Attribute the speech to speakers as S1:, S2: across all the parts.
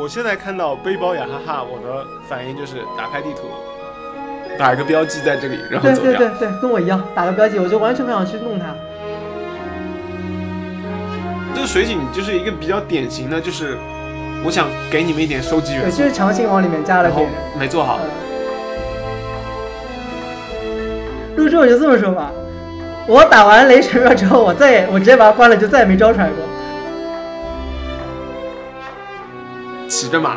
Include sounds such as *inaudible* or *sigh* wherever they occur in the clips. S1: 我现在看到背包雅哈哈，我的反应就是打开地图，打一个标记在这里，然后
S2: 对
S1: 走
S2: 对
S1: 掉。
S2: 对对，跟我一样，打个标记，我就完全不想去弄它。
S1: 这个水井就是一个比较典型的，就是我想给你们一点收集
S2: 对，
S1: 元素
S2: 就，是强行往里面加了
S1: 然后
S2: 点。呃
S1: 没做好。
S2: 录制我就这么说吧，我打完雷神庙之后，我再也我直接把它关了，就再也没招出来过。
S1: 骑着马，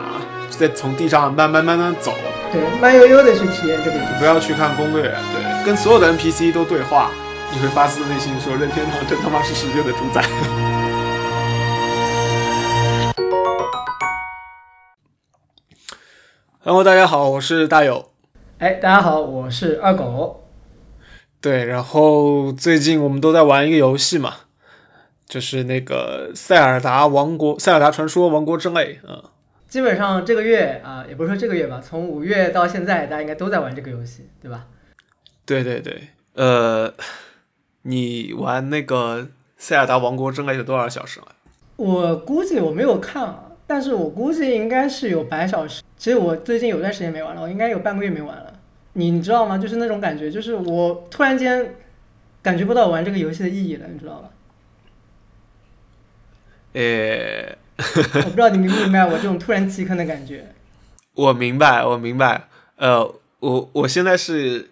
S1: 再从地上慢慢慢慢走，
S2: 对，慢悠悠的去体验这个游戏。
S1: 不要去看攻略，对，跟所有的 NPC 都对话，你会发自内心地说任天堂真他妈是世界的主宰。Hello，大家好，我是大友。
S2: 哎，大家好，我是二狗。
S1: 对，然后最近我们都在玩一个游戏嘛，就是那个《塞尔达王国》《塞尔达传说：王国之泪》啊、
S2: 基本上这个月啊、也不是说这个月吧，从五月到现在，大家应该都在玩这个游戏，对吧？
S1: 对对对，呃，你玩那个《塞尔达王国之泪》有多少小时了？
S2: 我估计我没有看啊，但是我估计应该是有百小时。其实我最近有段时间没玩了，我应该有半个月没玩了。你你知道吗？就是那种感觉，就是我突然间感觉不到玩这个游戏的意义了，你知道
S1: *laughs*
S2: 吧？
S1: 呃，
S2: 我不知道你明不明白我这种突然弃坑的感觉。
S1: 我明白，我明白。呃，我我现在是，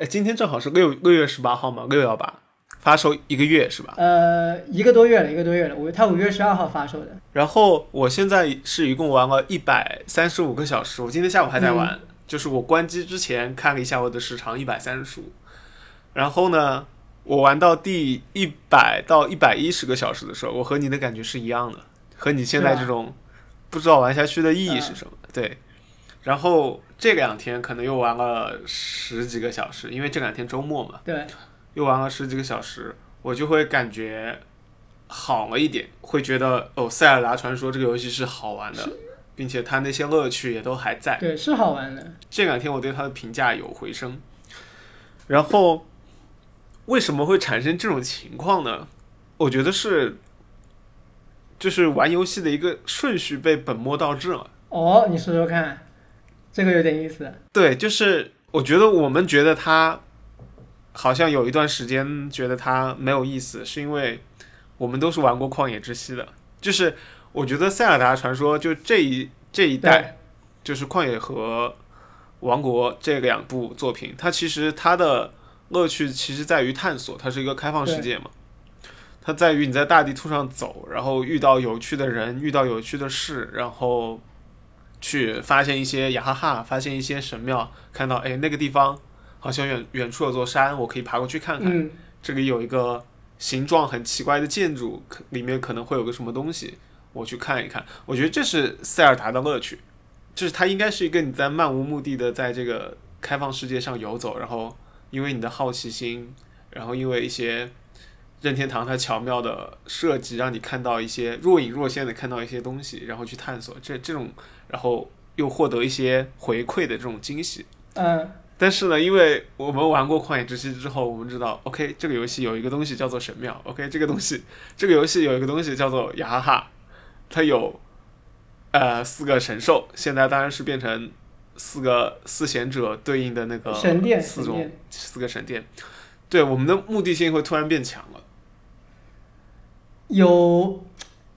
S1: 呃今天正好是六六月十八号嘛，六幺八发售一个月是吧？
S2: 呃，一个多月了，一个多月了，五它五月十二号发售的。
S1: 然后我现在是一共玩了一百三十五个小时，我今天下午还在玩，就是我关机之前看了一下我的时长一百三十五，然后呢，我玩到第一百到一百一十个小时的时候，我和你的感觉是一样的，和你现在
S2: 是吧
S1: 这种不知道玩下去的意义是什么，对。然后这两天可能又玩了十几个小时，因为这两天周末嘛。
S2: 对，
S1: 又玩了十几个小时，我就会感觉好了一点，会觉得哦，《塞尔达传说》这个游戏是好玩的，并且它那些乐趣也都还在。
S2: 对，是好玩的。
S1: 这两天我对它的评价有回升。然后，为什么会产生这种情况呢？我觉得是，就是玩游戏的一个顺序被本末倒置了。
S2: 哦，你说说看，这个有点意思。
S1: 对，就是我觉得我们觉得它好像有一段时间觉得它没有意思，是因为我们都是玩过《旷野之息》的。就是我觉得《塞尔达传说》就这一这一代，就是《旷野》和《王国》这两部作品，它其实它的乐趣其实在于探索，它是一个开放世
S2: 对
S1: 界嘛。它在于你在大地图上走，然后遇到有趣的人，遇到有趣的事，然后去发现一些雅哈哈，发现一些神庙，看到哎那个地方好像远远处有座山，我可以爬过去看看。
S2: 嗯，
S1: 这里有一个形状很奇怪的建筑，可里面可能会有个什么东西，我去看一看。我觉得这是塞尔达的乐趣，就是它应该是一个你在漫无目的的在这个开放世界上游走，然后因为你的好奇心，然后因为一些任天堂它巧妙的设计，让你看到一些若隐若现的看到一些东西，然后去探索这这种，然后又获得一些回馈的这种惊喜。
S2: 嗯，
S1: 但是呢，因为我们玩过《旷野之息》之后，我们知道，OK，这个游戏有一个东西叫做神庙，OK，这个东西， *laughs* 这个游戏有一个东西叫做雅哈哈，它有呃四个神兽，现在当然是变成四个四贤者对应的那个
S2: 神殿
S1: 四
S2: 神
S1: 种
S2: 殿
S1: 四个神殿，对我们的目的性会突然变强了。
S2: 有，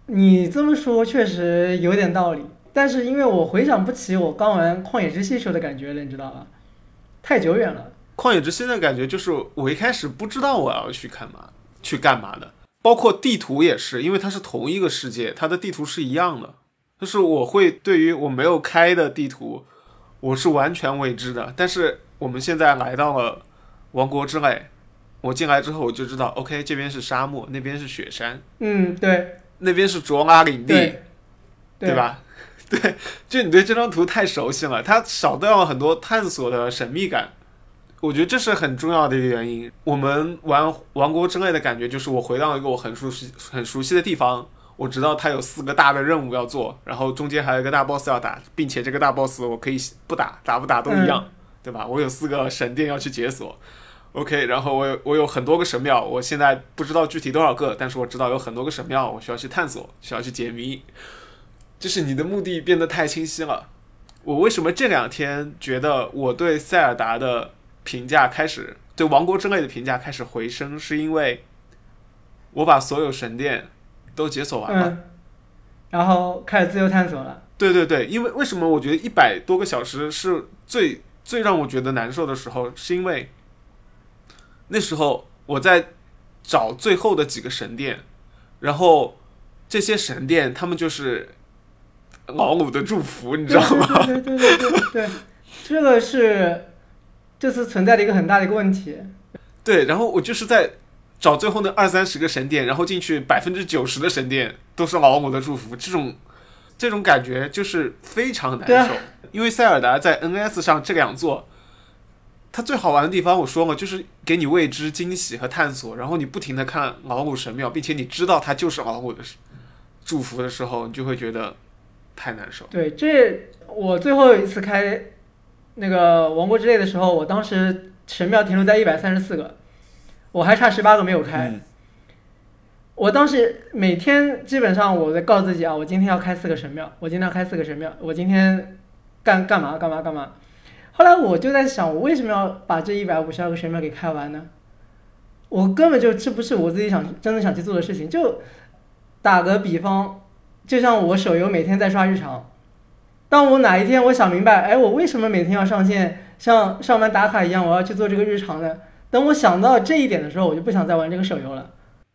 S2: 你这么说确实有点道理，但是因为我回想不起我刚玩《旷野之息》时候的感觉了，你知道吧？太久远了。
S1: 旷野之心的感觉就是，我一开始不知道我要去干嘛，去干嘛的。包括地图也是，因为它是同一个世界，它的地图是一样的。就是我会对于我没有开的地图，我是完全未知的。但是我们现在来到了王国之泪，我进来之后我就知道，OK，这边是沙漠，那边是雪山，
S2: 嗯，对
S1: 那边是卓拉领地，
S2: 对对？
S1: 吧？ *laughs* 对，就你对这张图太熟悉了，它少掉了很多探索的神秘感。我觉得这是很重要的一个原因。我们玩《王国之泪》的感觉就是，我回到一个我很熟悉、很熟悉的地方，我知道它有四个大的任务要做，然后中间还有一个大 boss 要打，并且这个大 boss 我可以不打，打不打都一样，对吧？我有四个神殿要去解锁，OK，然后我有我有很多个神庙，我现在不知道具体多少个，但是我知道有很多个神庙，我需要去探索，需要去解谜。就是你的目的变得太清晰了。我为什么这两天觉得我对塞尔达的评价开始对王国之泪的评价开始回升，是因为我把所有神殿都解锁完了。
S2: 嗯，然后开始自由探索了。
S1: 对对对，因为为什么我觉得一百多个小时是最最让我觉得难受的时候，是因为那时候我在找最后的几个神殿，然后这些神殿他们就是老鲁的祝福，你知道吗？
S2: 对对对对对对对，这个是这次存在的一个很大的一个问题。
S1: 对，然后我就是在找最后那二三十个神殿，然后进去百分之九十的神殿都是老母的祝福，这种这种感觉就是非常难
S2: 对啊
S1: 受。因为塞尔达在 NS 上这两座，它最好玩的地方我说了，就是给你未知惊喜和探索，然后你不停的看老母神庙，并且你知道它就是老母的祝福的时候，你就会觉得太难受。
S2: 对，这我最后一次开那个王国之泪的时候，我当时神庙停留在一百三十四个，我还差十八个没有开。
S1: 嗯
S2: 我当时每天基本上我在告诉自己啊，我今天要开四个神庙，我今天要开四个神庙，我今天干干嘛干嘛干嘛。后来我就在想，我为什么要把这一百五十二个神庙给开完呢？我根本就这不是我自己想真的想去做的事情。就打个比方，就像我手游每天在刷日常，当我哪一天我想明白，哎，我为什么每天要上线，像上班打卡一样，我要去做这个日常呢？等我想到这一点的时候，我就不想再玩这个手游了。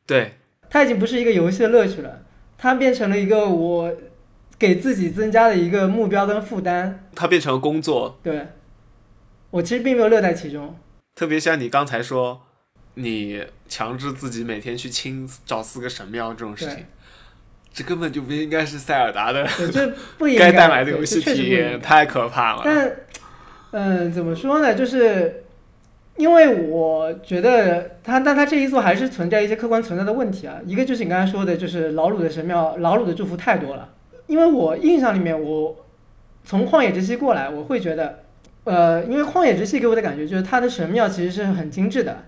S1: 对，
S2: 它已经不是一个游戏的乐趣了，它变成了一个我给自己增加的一个目标跟负担。
S1: 它变成了工作，
S2: 对，我其实并没有乐在其中。
S1: 特别像你刚才说，你强制自己每天去清找四个神庙这种事情
S2: 对，
S1: 这根本就不应该是塞尔达的
S2: 对，这不
S1: *laughs*
S2: 应
S1: 该
S2: 该
S1: 带来的游
S2: 对这
S1: 戏
S2: 确实
S1: 体
S2: 不应该
S1: 验，太可怕了。
S2: 但，嗯、怎么说呢？就是因为我觉得它，但它这一座还是存在一些客观存在的问题啊。一个就是你刚才说的，就是老鲁的神庙，老鲁的祝福太多了。因为我印象里面，我从旷野之息过来，我会觉得，呃，因为旷野之息给我的感觉就是它的神庙其实是很精致的。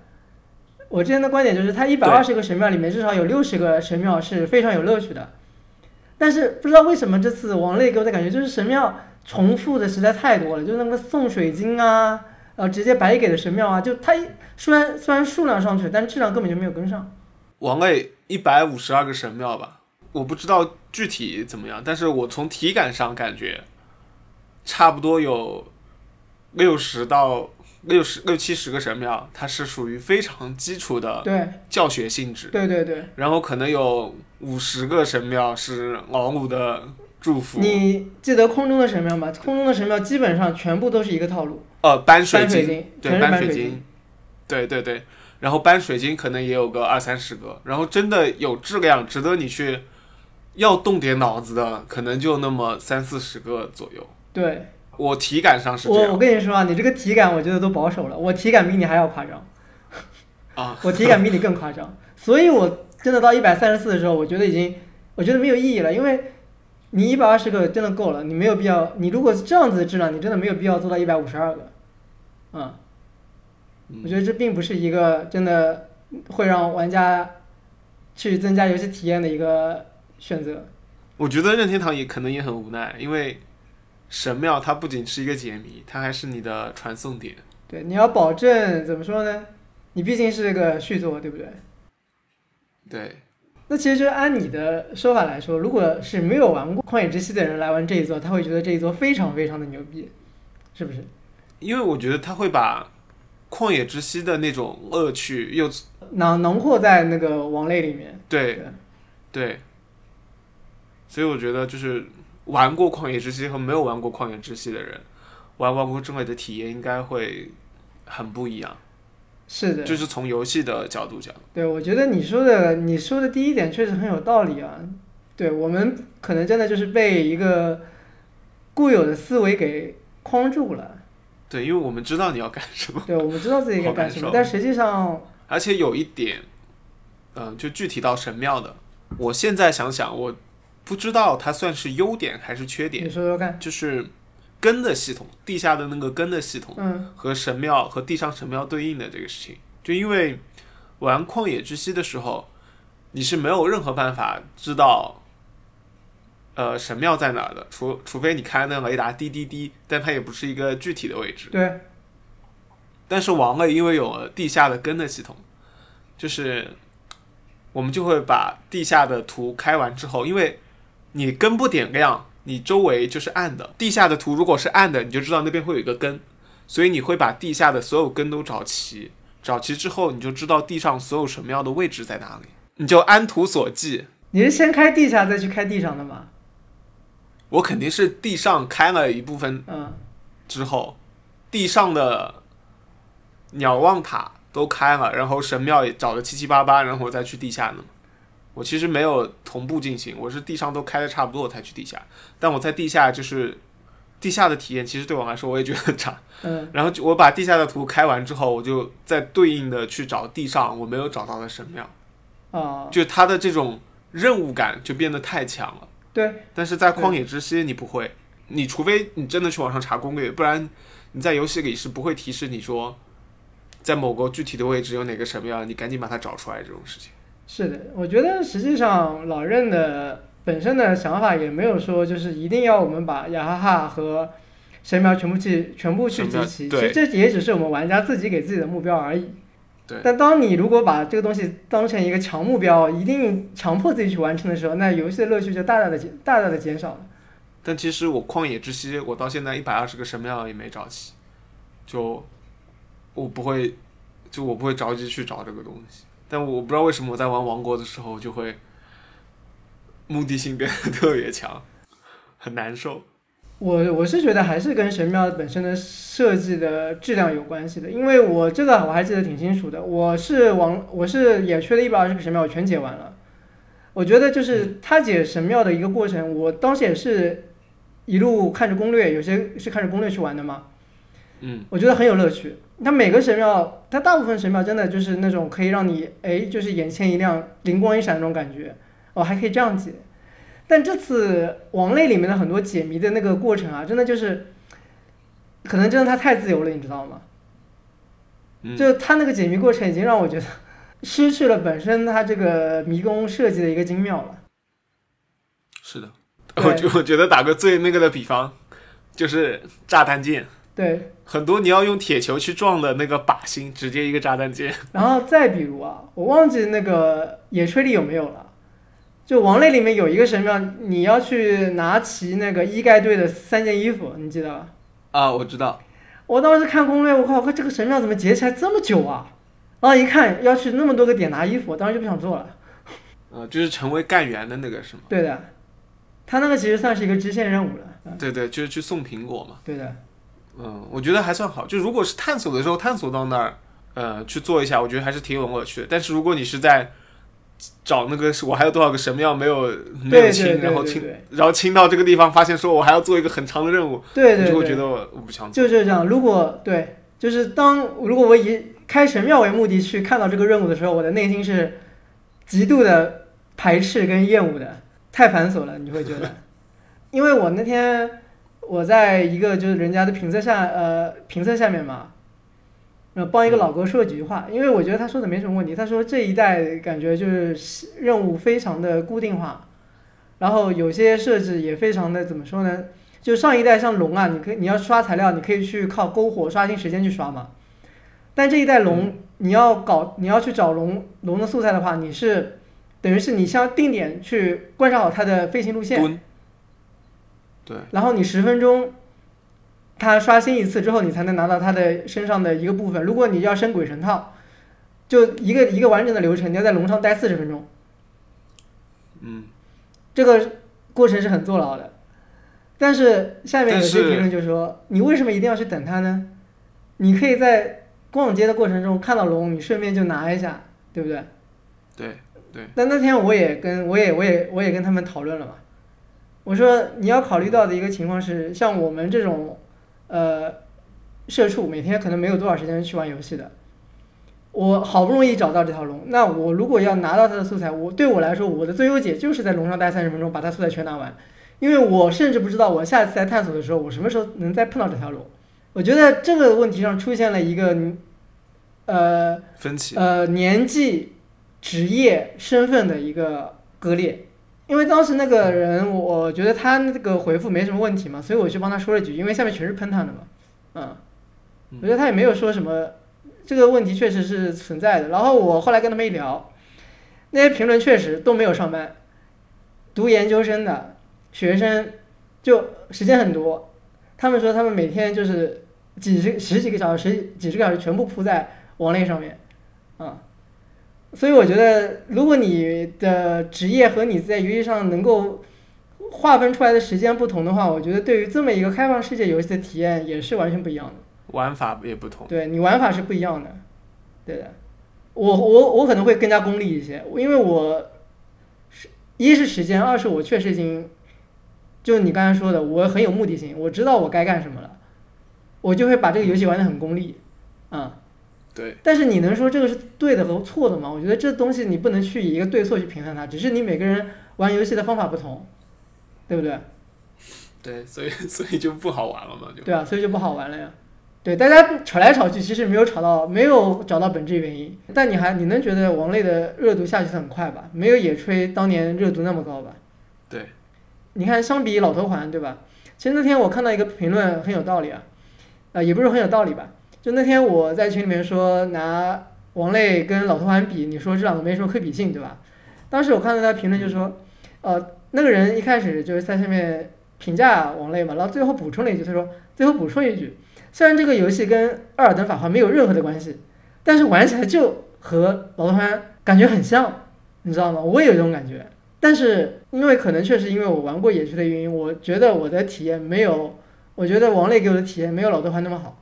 S2: 我之前的观点就是，它一百二十个神庙里面至少有六十个神庙是非常有乐趣的。但是不知道为什么这次王类给我的感觉就是神庙重复的实在太多了，就是那个送水晶啊，呃，直接白给的神庙啊，就它一虽然虽然数量上去了，但质量根本就没有跟上。
S1: 王类一百五十二个神庙吧，我不知道具体怎么样，但是我从体感上感觉，差不多有六十到六十六七十个神庙，它是属于非常基础的
S2: 对
S1: 教学性质。
S2: 对对对，
S1: 然后可能有五十个神庙是老母的祝福，
S2: 你记得空中的神庙吗？空中的神庙基本上全部都是一个套路，
S1: 呃，搬水
S2: 搬水
S1: 晶，
S2: 晶，全
S1: 对，
S2: 是
S1: 搬
S2: 搬
S1: 水
S2: 晶。，
S1: 对对对，然后搬水晶可能也有个二三十个，然后真的有质量，值得你去要动点脑子的，可能就那么三四十个左右。
S2: 对
S1: 我体感上是这
S2: 我，
S1: 样
S2: 我跟你说啊，你这个体感我觉得都保守了，我体感比你还要夸张。
S1: 啊，
S2: 我体感比你更
S1: *laughs*
S2: 夸张，所以我真的到一百三十四的时候，我觉得已经，我觉得没有意义了，因为你一百二十个真的够了，你没有必要，你如果是这样子的质量，你真的没有必要做到一百五十二个，嗯，
S1: 嗯
S2: 我觉得这并不是一个真的会让玩家去增加游戏体验的一个选择，
S1: 我觉得任天堂也可能也很无奈，因为神庙它不仅是一个解谜，它还是你的传送点。
S2: 对，你要保证怎么说呢？你毕竟是个续作，对不对？
S1: 对，
S2: 那其实就按你的说法来说，如果是没有玩过《旷野之息》的人来玩这一座，他会觉得这一座非常非常的牛逼，是不是？
S1: 因为我觉得它会把旷野之息的那种乐趣又
S2: 囊囊括在那个王类里面。
S1: 对，对，所以我觉得就是玩过《旷野之息》和没有玩过《旷野之息》的人，玩《王国之泪》的体验应该会很不一样。
S2: 是的，
S1: 就是从游戏的角度讲，
S2: 对，我觉得你说的你说的第一点确实很有道理啊。对我们可能真的就是被一个固有的思维给框住了。
S1: 对，因为我们知道你要干什么，
S2: 对，我们知道自己该干什么，但实际上，
S1: 而且有一点，嗯、就具体到神庙的，我现在想想，我不知道它算是优点还是缺
S2: 你
S1: 点，
S2: 说说看，
S1: 就是根的系统，地下的那个根的系统。
S2: 嗯，
S1: 和神庙和地上神庙对应的这个事情，就因为玩旷野之息的时候，你是没有任何办法知道呃神庙在哪儿的，除除非你开那个雷达滴滴滴，但它也不是一个具体的位置。
S2: 对，
S1: 但是王类因为有了地下的跟的系统，就是我们就会把地下的图开完之后，因为你跟不点亮，你周围就是暗的。地下的图如果是暗的，你就知道那边会有一个根，所以你会把地下的所有根都找齐。找齐之后，你就知道地上所有神庙的位置在哪里，你就按图索骥。
S2: 你是先开地下再去开地上的吗？
S1: 我肯定是地上开了一部分
S2: 嗯，
S1: 之后，地上的鸟望塔都开了，然后神庙也找的七七八八，然后我再去地下呢。我其实没有同步进行，我是地上都开的差不多，我才去地下。但我在地下就是地下的体验，其实对我来说我也觉得很差。 *laughs*
S2: 嗯，
S1: 然后就我把地下的图开完之后，我就再对应的去找地上我没有找到的神庙，
S2: 哦，
S1: 就它的这种任务感就变得太强了。
S2: 对，
S1: 但是在旷野之息你不会，你除非你真的去网上查攻略，不然你在游戏里是不会提示你说，在某个具体的位置有哪个什么样，你赶紧把它找出来这种事情。
S2: 是的，我觉得实际上老任的本身的想法也没有说就是一定要我们把雅哈哈和神苗全部去全部去
S1: 神
S2: 集
S1: 苗
S2: 齐，其
S1: 对
S2: 实这也只是我们玩家自己给自己的目标而已。
S1: 对
S2: 但当你如果把这个东西当成一个强目标，一定强迫自己去完成的时候，那游戏的乐趣就大大的减大大的减少了。
S1: 但其实我旷野之息，我到现在一百二十个神庙也没找齐，就我不会，就我不会着急去找这个东西。但我不知道为什么我在玩王国的时候就会目的性变得特别强，很难受。
S2: 我我是觉得还是跟神庙本身的设计的质量有关系的，因为我这个我还记得挺清楚的，我是网我是野区的一百二十个神庙我全解完了，我觉得就是他解神庙的一个过程，我当时也是一路看着攻略，有些是看着攻略去玩的嘛，
S1: 嗯，
S2: 我觉得很有乐趣。它每个神庙，它大部分神庙真的就是那种可以让你哎，就是眼前一亮、灵光一闪那种感觉。哦，还可以这样解。但这次王类里面的很多解谜的那个过程啊，真的就是，可能真的它太自由了，你知道吗？
S1: 嗯，
S2: 就它那个解谜过程已经让我觉得 *laughs* 失去了本身它这个迷宫设计的一个精妙了。
S1: 是的，
S2: 对
S1: 我觉我觉得打个最那个的比方，就是炸弹剑，
S2: 对，
S1: 很多你要用铁球去撞的那个靶心，直接一个炸弹剑。
S2: *laughs* 然后再比如啊，我忘记那个野炊里有没有了。就王类里面有一个神庙，你要去拿齐那个一盖队的三件衣服，你记得吧？
S1: 啊，我知道，
S2: 我当时看攻略，我靠，我这个神庙怎么结起来这么久啊？然后一看要去那么多个点拿衣服，我当时就不想做了。
S1: 呃，就是成为干员的那个是吗？
S2: 对的，他那个其实算是一个支线任务了。嗯，
S1: 对对，就是去送苹果嘛。
S2: 对的，
S1: 嗯，我觉得还算好。就如果是探索的时候探索到那儿，呃，去做一下，我觉得还是挺有乐趣的。但是如果你是在找那个我还有多少个神庙没有没有
S2: 对对
S1: 清，
S2: 对
S1: 然后
S2: 对
S1: 清
S2: 对，
S1: 然后清到这个地方，发现说我还要做一个很长的任务，
S2: 对对
S1: 你就会
S2: 对
S1: 觉，得我我不想做。
S2: 就是这样。如果对，就是当如果我以开神庙为目的去看到这个任务的时候，我的内心是极度的排斥跟厌恶的，太繁琐了，你会觉得。因为我那天我在一个就是人家的评测下，呃，评测下面嘛，呃，帮一个老哥说了几句话，因为我觉得他说的没什么问题。他说这一代感觉就是任务非常的固定化，然后有些设置也非常的怎么说呢？就上一代像龙啊，你可以你要刷材料，你可以去靠篝火刷新时间去刷嘛。但这一代龙，你要搞你要去找龙龙的素材的话，你是等于是你像定点去观察好它的飞行路线，
S1: 蹲，对，
S2: 然后你十分钟，它刷新一次之后，你才能拿到它的身上的一个部分。如果你要升鬼神套，就一个一个完整的流程，你要在龙上待四十分钟，
S1: 嗯。
S2: 这个过程是很坐牢的。但是下面有些
S1: 但是
S2: 评论就说，你为什么一定要去等它呢？你可以在逛街的过程中看到龙，你顺便就拿一下，对不对？
S1: 对对，
S2: 但那天我也跟我也我也我也跟他们讨论了嘛，我说你要考虑到的一个情况是，像我们这种呃社畜，每天可能没有多少时间去玩游戏的。我好不容易找到这条龙，那我如果要拿到它的素材，我对我来说，我的最优解就是在龙上待三十分钟，把它素材全拿完，因为我甚至不知道我下一次在探索的时候，我什么时候能再碰到这条龙。我觉得这个问题上出现了一个，呃，
S1: 分歧。
S2: 呃年纪、职业、身份的一个割裂。因为当时那个人，我觉得他那个回复没什么问题嘛，所以我去帮他说了几句，因为下面全是喷他的嘛，嗯，我觉得他也没有说什么，这个问题确实是存在的。然后我后来跟他们一聊，那些评论确实都没有上班，读研究生的学生就时间很多，他们说他们每天就是几十十几个小时、十几几十个小时全部扑在网恋上面，啊、所以我觉得，如果你的职业和你在游戏上能够划分出来的时间不同的话，我觉得对于这么一个开放世界游戏的体验也是完全不一样的。
S1: 玩法也不同。
S2: 对你玩法是不一样的，对的。我我我可能会更加功利一些，因为我是一是时间，二是我确实已经，就你刚才说的，我很有目的性，我知道我该干什么了，我就会把这个游戏玩得很功利，啊、
S1: 对，
S2: 但是你能说这个是对的和错的吗？我觉得这东西你不能去以一个对错去评判它，只是你每个人玩游戏的方法不同，对不对？
S1: 对，所以所以就不好玩了嘛，就
S2: 对啊，所以就不好玩了呀。对，大家吵来吵去，其实没有吵到，没有找到本质原因。但你还你能觉得王类的热度下去的很快吧？没有野炊当年热度那么高吧？
S1: 对，
S2: 你看，相比老头环，对吧？其实那天我看到一个评论很有道理啊，呃，也不是很有道理吧。就那天我在群里面说拿王类跟老头环比，你说这两个没什么可比性，对吧？当时我看到他评论就说，呃，那个人一开始就是在下面评价王类嘛，然后最后补充了一句，他说最后补充一句，虽然这个游戏跟《艾尔登法环》没有任何的关系，但是玩起来就和老头环感觉很像，你知道吗？我也有这种感觉。但是因为可能确实因为我玩过野区的原因，我觉得我的体验没有，我觉得王磊给我的体验没有老头环那么好。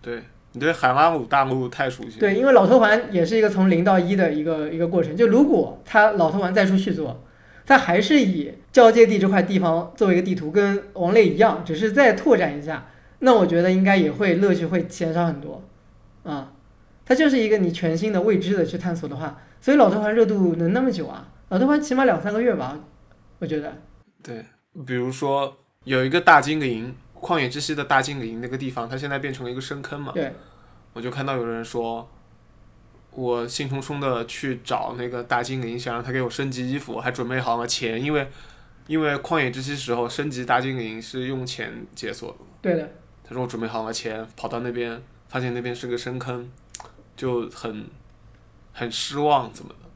S1: 对，你对海拉鲁大陆太熟悉了。
S2: 对，因为老头环也是一个从零到一的一个一个过程。就如果他老头环再出续作，他还是以交界地这块地方作为一个地图，跟王磊一样，只是再拓展一下，那我觉得应该也会乐趣会减少很多。啊、它就是一个你全新的未知的去探索的话，所以老头环热度能那么久啊？老头环起码两三个月吧，我觉得。
S1: 对，比如说有一个大金陵，旷野之息的大金陵那个地方，它现在变成了一个深坑嘛。
S2: 对。
S1: 我就看到有人说，我兴冲冲的去找那个大金陵，想让他给我升级衣服，我还准备好了钱，因为因为旷野之息时候升级大金陵是用钱解锁的。
S2: 对的，
S1: 他说我准备好了钱，跑到那边发现那边是个深坑，就很很失望怎么的。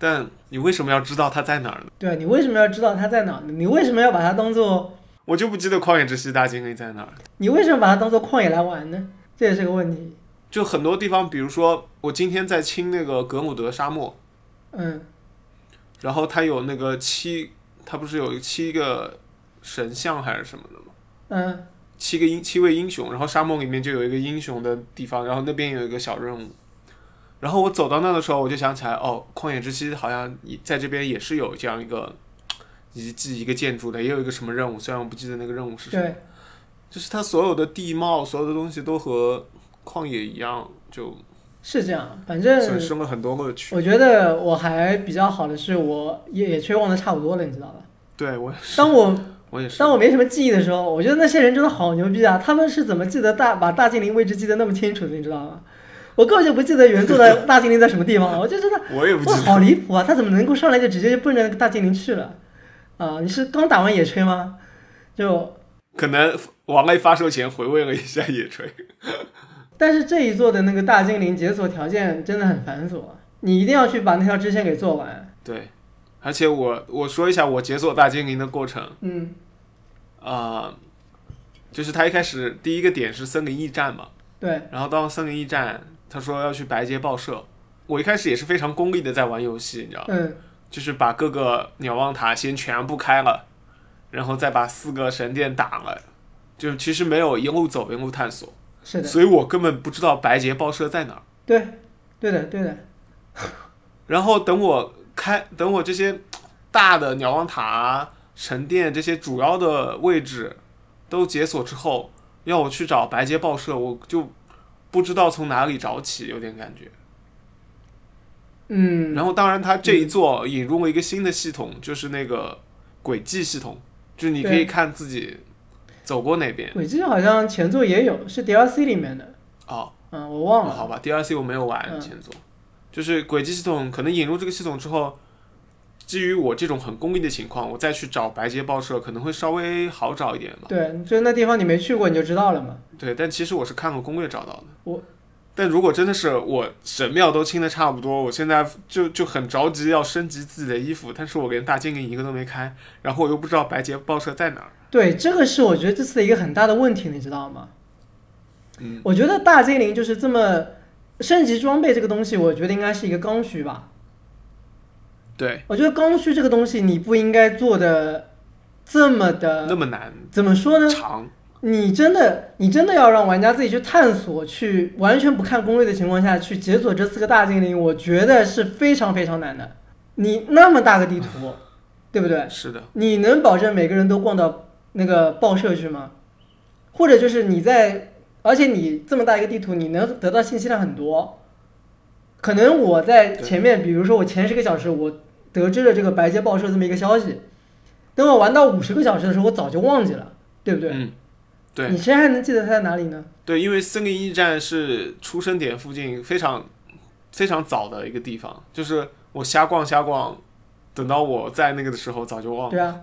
S1: 但你为什么要知道它在哪儿呢？
S2: 对你为什么要知道它在哪儿呢？你为什么要把它当做
S1: 我就不记得旷野之息大精灵在哪儿。
S2: 你为什么把它当做旷野来玩呢？这也是个问题。
S1: 就很多地方，比如说我今天在清那个格姆德沙漠，
S2: 嗯，
S1: 然后它有那个七，它不是有七个神像还是什么的吗？
S2: 嗯，
S1: 七个英七位英雄，然后沙漠里面就有一个英雄的地方，然后那边有一个小任务。然后我走到那的时候，我就想起来，哦，旷野之息好像也在这边也是有这样一个遗迹、一个建筑的，也有一个什么任务，虽然我不记得那个任务是什么。
S2: 对，
S1: 就是它所有的地貌、所有的东西都和旷野一样，就是
S2: 这样。反
S1: 损
S2: 正
S1: 失了很多乐趣。
S2: 我觉得我还比较好的是，我也也缺忘的差不多了，你知道吧？
S1: 对我，
S2: 当我
S1: 我也是
S2: 当。我没什么记忆的时候，我觉得那些人真的好牛逼啊！他们是怎么记得大把大精灵位置记得那么清楚的，你知道吗？我根本就不记得原作的大精灵在什么地方了，我就真的
S1: 我也不记
S2: 哇，
S1: 得，
S2: 好离谱啊！他怎么能够上来就直接就奔着大精灵去了？啊，你是刚打完野炊吗？就，
S1: 可能王类发售前回味了一下野炊。
S2: 但是这一座的那个大精灵解锁条件真的很繁琐，啊你一定要去把那条支线给做完。
S1: 对，而且我我说一下我解锁大精灵的过程
S2: 嗯
S1: 啊、就是他一开始第一个点是森林驿站嘛，
S2: 对，
S1: 然后到森林驿站，他说要去白街报社。我一开始也是非常功利的在玩游戏，你知道吗。
S2: 嗯
S1: 就是把各个鸟望塔先全部开了，然后再把四个神殿打了，就其实没有一路走一路探索，
S2: 是的，
S1: 所以我根本不知道白杰报社在哪儿。
S2: 对，对的，对的，
S1: 然后等我开，等我这些大的鸟望塔、神殿这些主要的位置都解锁之后，要我去找白杰报社，我就不知道从哪里找起，有点感觉。
S2: 嗯
S1: 然后，当然，它这一座引入了一个新的系统，就是那个轨迹系统，就是你可以
S2: 对
S1: 看自己走过哪边
S2: 轨迹好像前作也有，是 DLC 里面的，
S1: 哦。
S2: 嗯，我忘了。
S1: 好吧，DLC 我没有玩
S2: 嗯
S1: 前作，就是轨迹系统可能引入这个系统之后，基于我这种很功利的情况，我再去找白街报社可能会稍微好找一点吧。
S2: 对，就那地方你没去过你就知道了嘛。
S1: 对，但其实我是看了攻略找到的。
S2: 我，
S1: 但如果真的是我神庙都清的差不多，我现在就就很着急要升级自己的衣服，但是我连大金领一个都没开，然后我又不知道白杰报社在哪儿。
S2: 对，这个是我觉得这次的一个很大的问题，你知道吗？
S1: 嗯，
S2: 我觉得大精灵就是这么升级装备这个东西，我觉得应该是一个刚需吧。
S1: 对，
S2: 我觉得刚需这个东西你不应该做的这么
S1: 那
S2: 的，
S1: 么难
S2: 怎么呃说呢？
S1: 长，
S2: 你真的，你真的要让玩家自己去探索，去完全不看攻略的情况下去解锁这四个大精灵，我觉得是非常非常难的。你那么大个地图，对不对？
S1: 是的，
S2: 你能保证每个人都逛到那个报社去吗？或者就是你在，而且你这么大一个地图，你能得到信息量很多。可能我在前面，比如说我前十个小时，我得知了这个白街报社这么一个消息，等我玩到五十个小时的时候，我早就忘记了，对不对？
S1: 嗯，对
S2: 你谁还能记得它在哪里呢？
S1: 对，因为森林驿站是出生点附近非常非常早的一个地方，就是我瞎逛瞎逛，等到我在那个的时候早就忘了。
S2: 对啊，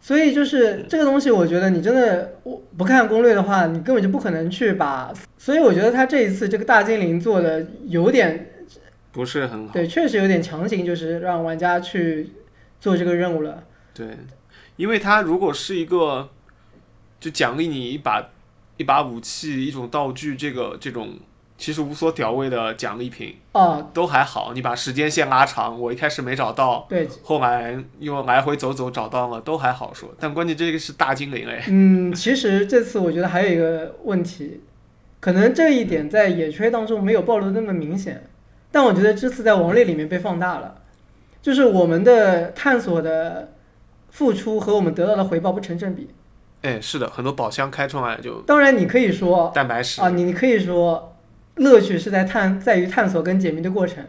S2: 所以就是这个东西，我觉得你真的我不看攻略的话，你根本就不可能去把。所以我觉得他这一次这个大精灵做的有点
S1: 不是很好。
S2: 对，确实有点强行，就是让玩家去做这个任务了。
S1: 对，因为它如果是一个就奖励你一把一把武器、一种道具，这个这种其实无所屌味的奖励品
S2: 哦，
S1: 都还好，你把时间线拉长，我一开始没找到，
S2: 对，
S1: 后来又来回走走找到了，都还好说。但关键这个是大精灵哎，
S2: 嗯，其实这次我觉得还有一个问题，可能这一点在野炊当中没有暴露得那么明显，但我觉得这次在王力里面被放大了，就是我们的探索的付出和我们得到的回报不成正比。
S1: 哎，是的，很多宝箱开出来就
S2: 当然，你可以说
S1: 蛋白质，
S2: 啊，你你可以说乐趣是在探在于探索跟解谜的过程，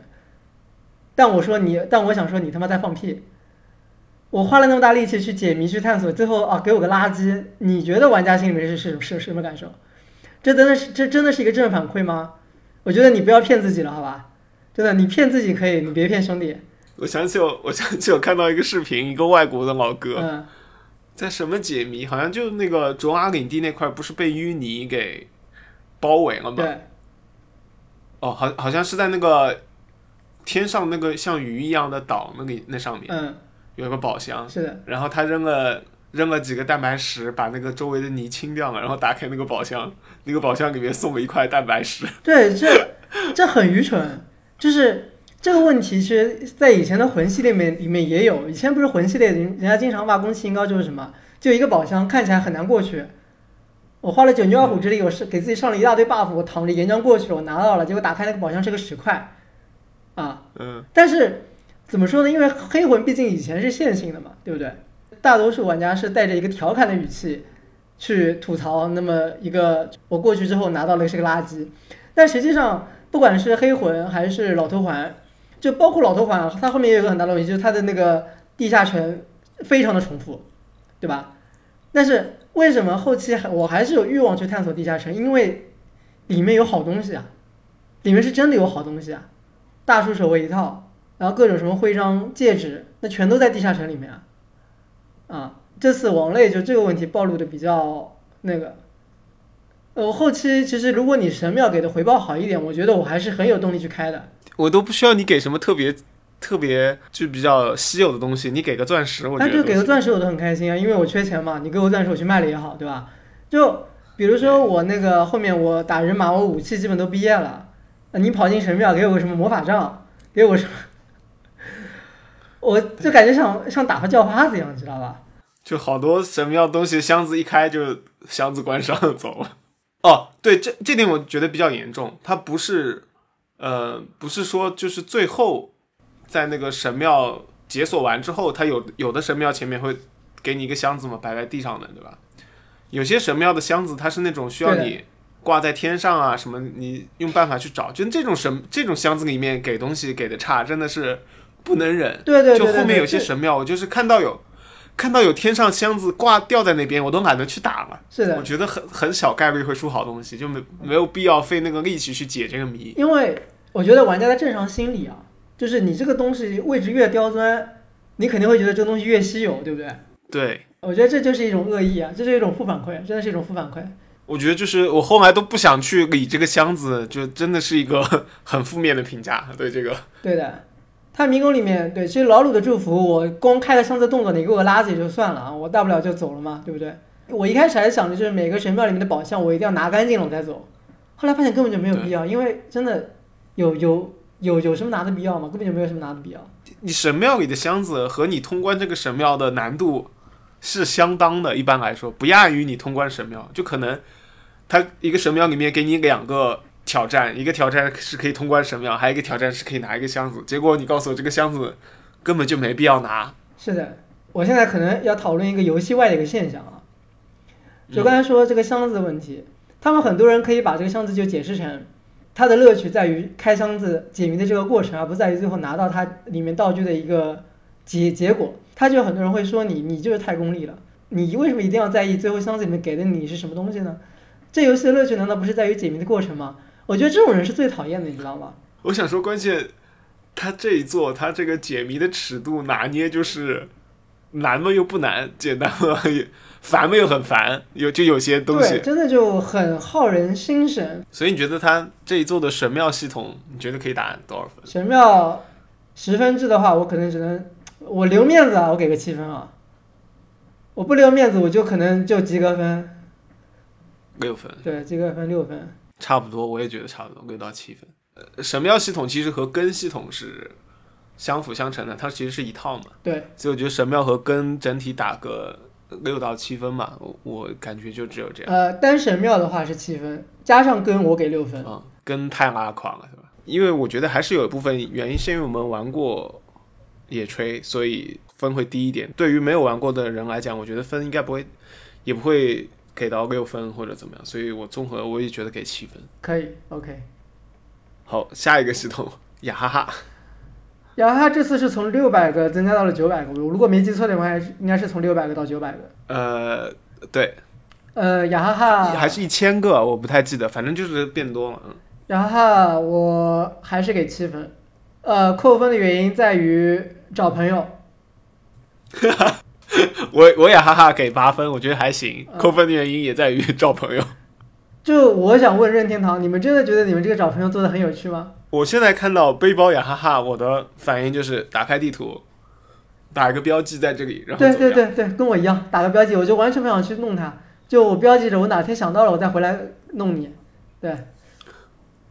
S2: 但我说你，但我想说你他妈在放屁。我花了那么大力气去解谜、去探索，最后啊给我个垃圾，你觉得玩家心里面是是是什么感受？这真的是这真的是一个正反馈吗？我觉得你不要骗自己了，好吧？真的，你骗自己可以，你别骗兄弟。
S1: 我想起我我想起我看到一个视频，一个外国的老哥，
S2: 嗯，
S1: 在什么解谜？好像就那个卓玛领地那块，不是被淤泥给包围了吗？
S2: 对，
S1: 哦，好，好像是在那个天上那个像鱼一样的岛那里那上面
S2: 嗯，
S1: 有一个宝箱，
S2: 是的，
S1: 然后他扔了扔了几个蛋白石，把那个周围的泥清掉了，然后打开那个宝箱，那个宝箱里面送了一块蛋白石。
S2: *laughs* 对，这这很愚蠢。就是这个问题，其实在以前的魂系列里面里面也有。以前不是魂系列，人人家经常骂宫崎英高就是什么，就一个宝箱看起来很难过去。我花了九牛二虎之力，我是给自己上了一大堆 buff，我躺着岩浆过去了，我拿到了，结果打开那个宝箱是个石块，啊，
S1: 嗯，
S2: 但是怎么说呢？因为黑魂毕竟以前是线性的嘛，对不对？大多数玩家是带着一个调侃的语气去吐槽，那么一个我过去之后拿到了是个垃圾，但实际上不管是黑魂还是老头环，就包括老头环啊，它后面也有个很大的问题，就是它的那个地下城非常的重复，对吧？但是为什么后期还我还是有欲望去探索地下城？因为里面有好东西啊，里面是真的有好东西啊。大叔手绘一套，然后各种什么徽章、戒指，那全都在地下城里面啊。啊，这次王类就这个问题暴露的比较那个。呃，我后期其实如果你神庙给的回报好一点，我觉得我还是很有动力去开的。
S1: 我都不需要你给什么特别特别就比较稀有的东西，你给个钻石，我觉
S2: 但
S1: 得
S2: 就给个
S1: 都
S2: 钻石我都很开心啊，因为我缺钱嘛，你给我钻石我去卖了也好，对吧？就比如说我那个后面我打人马，我武器基本都毕业了，呃你跑进神庙给我个什么魔法杖，给我什么，我就感觉像像打发叫花子一样，你知道吧？
S1: 就好多神庙东西，箱子一开就箱子关上走了。哦，对，这这点我觉得比较严重。它不是，呃，不是说就是最后在那个神庙解锁完之后，它有有的神庙前面会给你一个箱子嘛，摆在地上的，对吧？有些神庙的箱子它是那种需要
S2: 对的
S1: 你挂在天上啊，什么你用办法去找，就这种神这种箱子里面给东西给的差，真的是不能忍。
S2: 对对对对
S1: 就后面有些
S2: 对
S1: 神庙，我就是看到有看到有天上箱子挂吊在那边，我都懒得去打了。
S2: 是的
S1: 我觉得很很小概率会出好东西，就没没有必要费那个力气去解这个谜。
S2: 因为我觉得玩家的正常心理啊，就是你这个东西位置越刁钻，你肯定会觉得这个东西越稀有，对不对？
S1: 对，
S2: 我觉得这就是一种恶意啊，这是一种负反馈，真的是一种负反馈。
S1: 我觉得就是我后来都不想去理这个箱子，就真的是一个 *laughs* 很负面的评价对这个。
S2: 对的，他迷宫里面，对，其实老鲁的祝福，我光开个箱子动作，你给我拉着也就算了啊，我大不了就走了嘛，对不对？我一开始还想着就是每个神庙里面的宝箱，我一定要拿干净了我再走，后来发现根本就没有必要，因为真的有有有有什么拿的必要吗？根本就没有什么拿的必要。
S1: 你神庙里的箱子和你通关这个神庙的难度是相当的，一般来说不亚于你通关神庙，就可能它一个神庙里面给你两个挑战，一个挑战是可以通关神庙，还有一个挑战是可以拿一个箱子。结果你告诉我这个箱子根本就没必要拿， *laughs*
S2: 是的，我现在可能要讨论一个游戏外的一个现象啊，就刚才说这个箱子的问题，他们很多人可以把这个箱子就解释成，它的乐趣在于开箱子解谜的这个过程，而不在于最后拿到它里面道具的一个结结果。他就很多人会说你你就是太功利了，你为什么一定要在意最后箱子里面给的你是什么东西呢？这游戏的乐趣难道不是在于解谜的过程吗？我觉得这种人是最讨厌的，你知道吗？
S1: 我想说，关键他这一做，他这个解谜的尺度拿捏就是难了又不难，简单了也烦了又很烦，有就有些东
S2: 对，
S1: 西。
S2: 真的就很耗人心神。
S1: 所以你觉得他这一做的神庙系统，你觉得可以打多少分？
S2: 神庙十分制的话，我可能只能我留面子啊，我给个七分啊。我不留面子，我就可能就及格分，
S1: 六分，
S2: 对，及格分六分。
S1: 差不多，我也觉得差不多，六到七分。呃，神庙系统其实和根系统是相辅相成的，它其实是一套嘛。
S2: 对，
S1: 所以我觉得神庙和根整体打个六到七分吧，我我感觉就只有这样。
S2: 呃，单神庙的话是七分，加上根我给六分。
S1: 嗯，跟太拉垮了，是吧？因为我觉得还是有一部分原因，是因为我们玩过野炊，所以分会低一点。对于没有玩过的人来讲，我觉得分应该不会，也不会给到六分或者怎么样。所以我综合我也觉得给七分。
S2: 可以，OK。
S1: 好，下一个系统雅哈 *laughs* 哈，
S2: 然后它这次是从六百个增加到了九百个，我如果没记错的话，还是应该是从六百个到九百个。
S1: 呃，对，
S2: 呃，雅哈哈，
S1: 还是一千个，啊我不太记得，反正就是变多了。嗯
S2: 然后我还是给七分，呃，扣分的原因在于找朋友，
S1: *laughs* 我我雅哈哈给八分，我觉得还行。
S2: 嗯
S1: 扣分的原因也在于找朋友。
S2: 就我想问任天堂，你们真的觉得你们这个找朋友做的很有趣吗？
S1: 我现在看到背包雅哈哈，我的反应就是打开地图，打一个标记在这里，然后
S2: 对
S1: 走
S2: 对
S1: 掉。
S2: 对对，跟我一样，打个标记，我就完全不想去弄它，就我标记着，我哪天想到了我再回来弄你。对，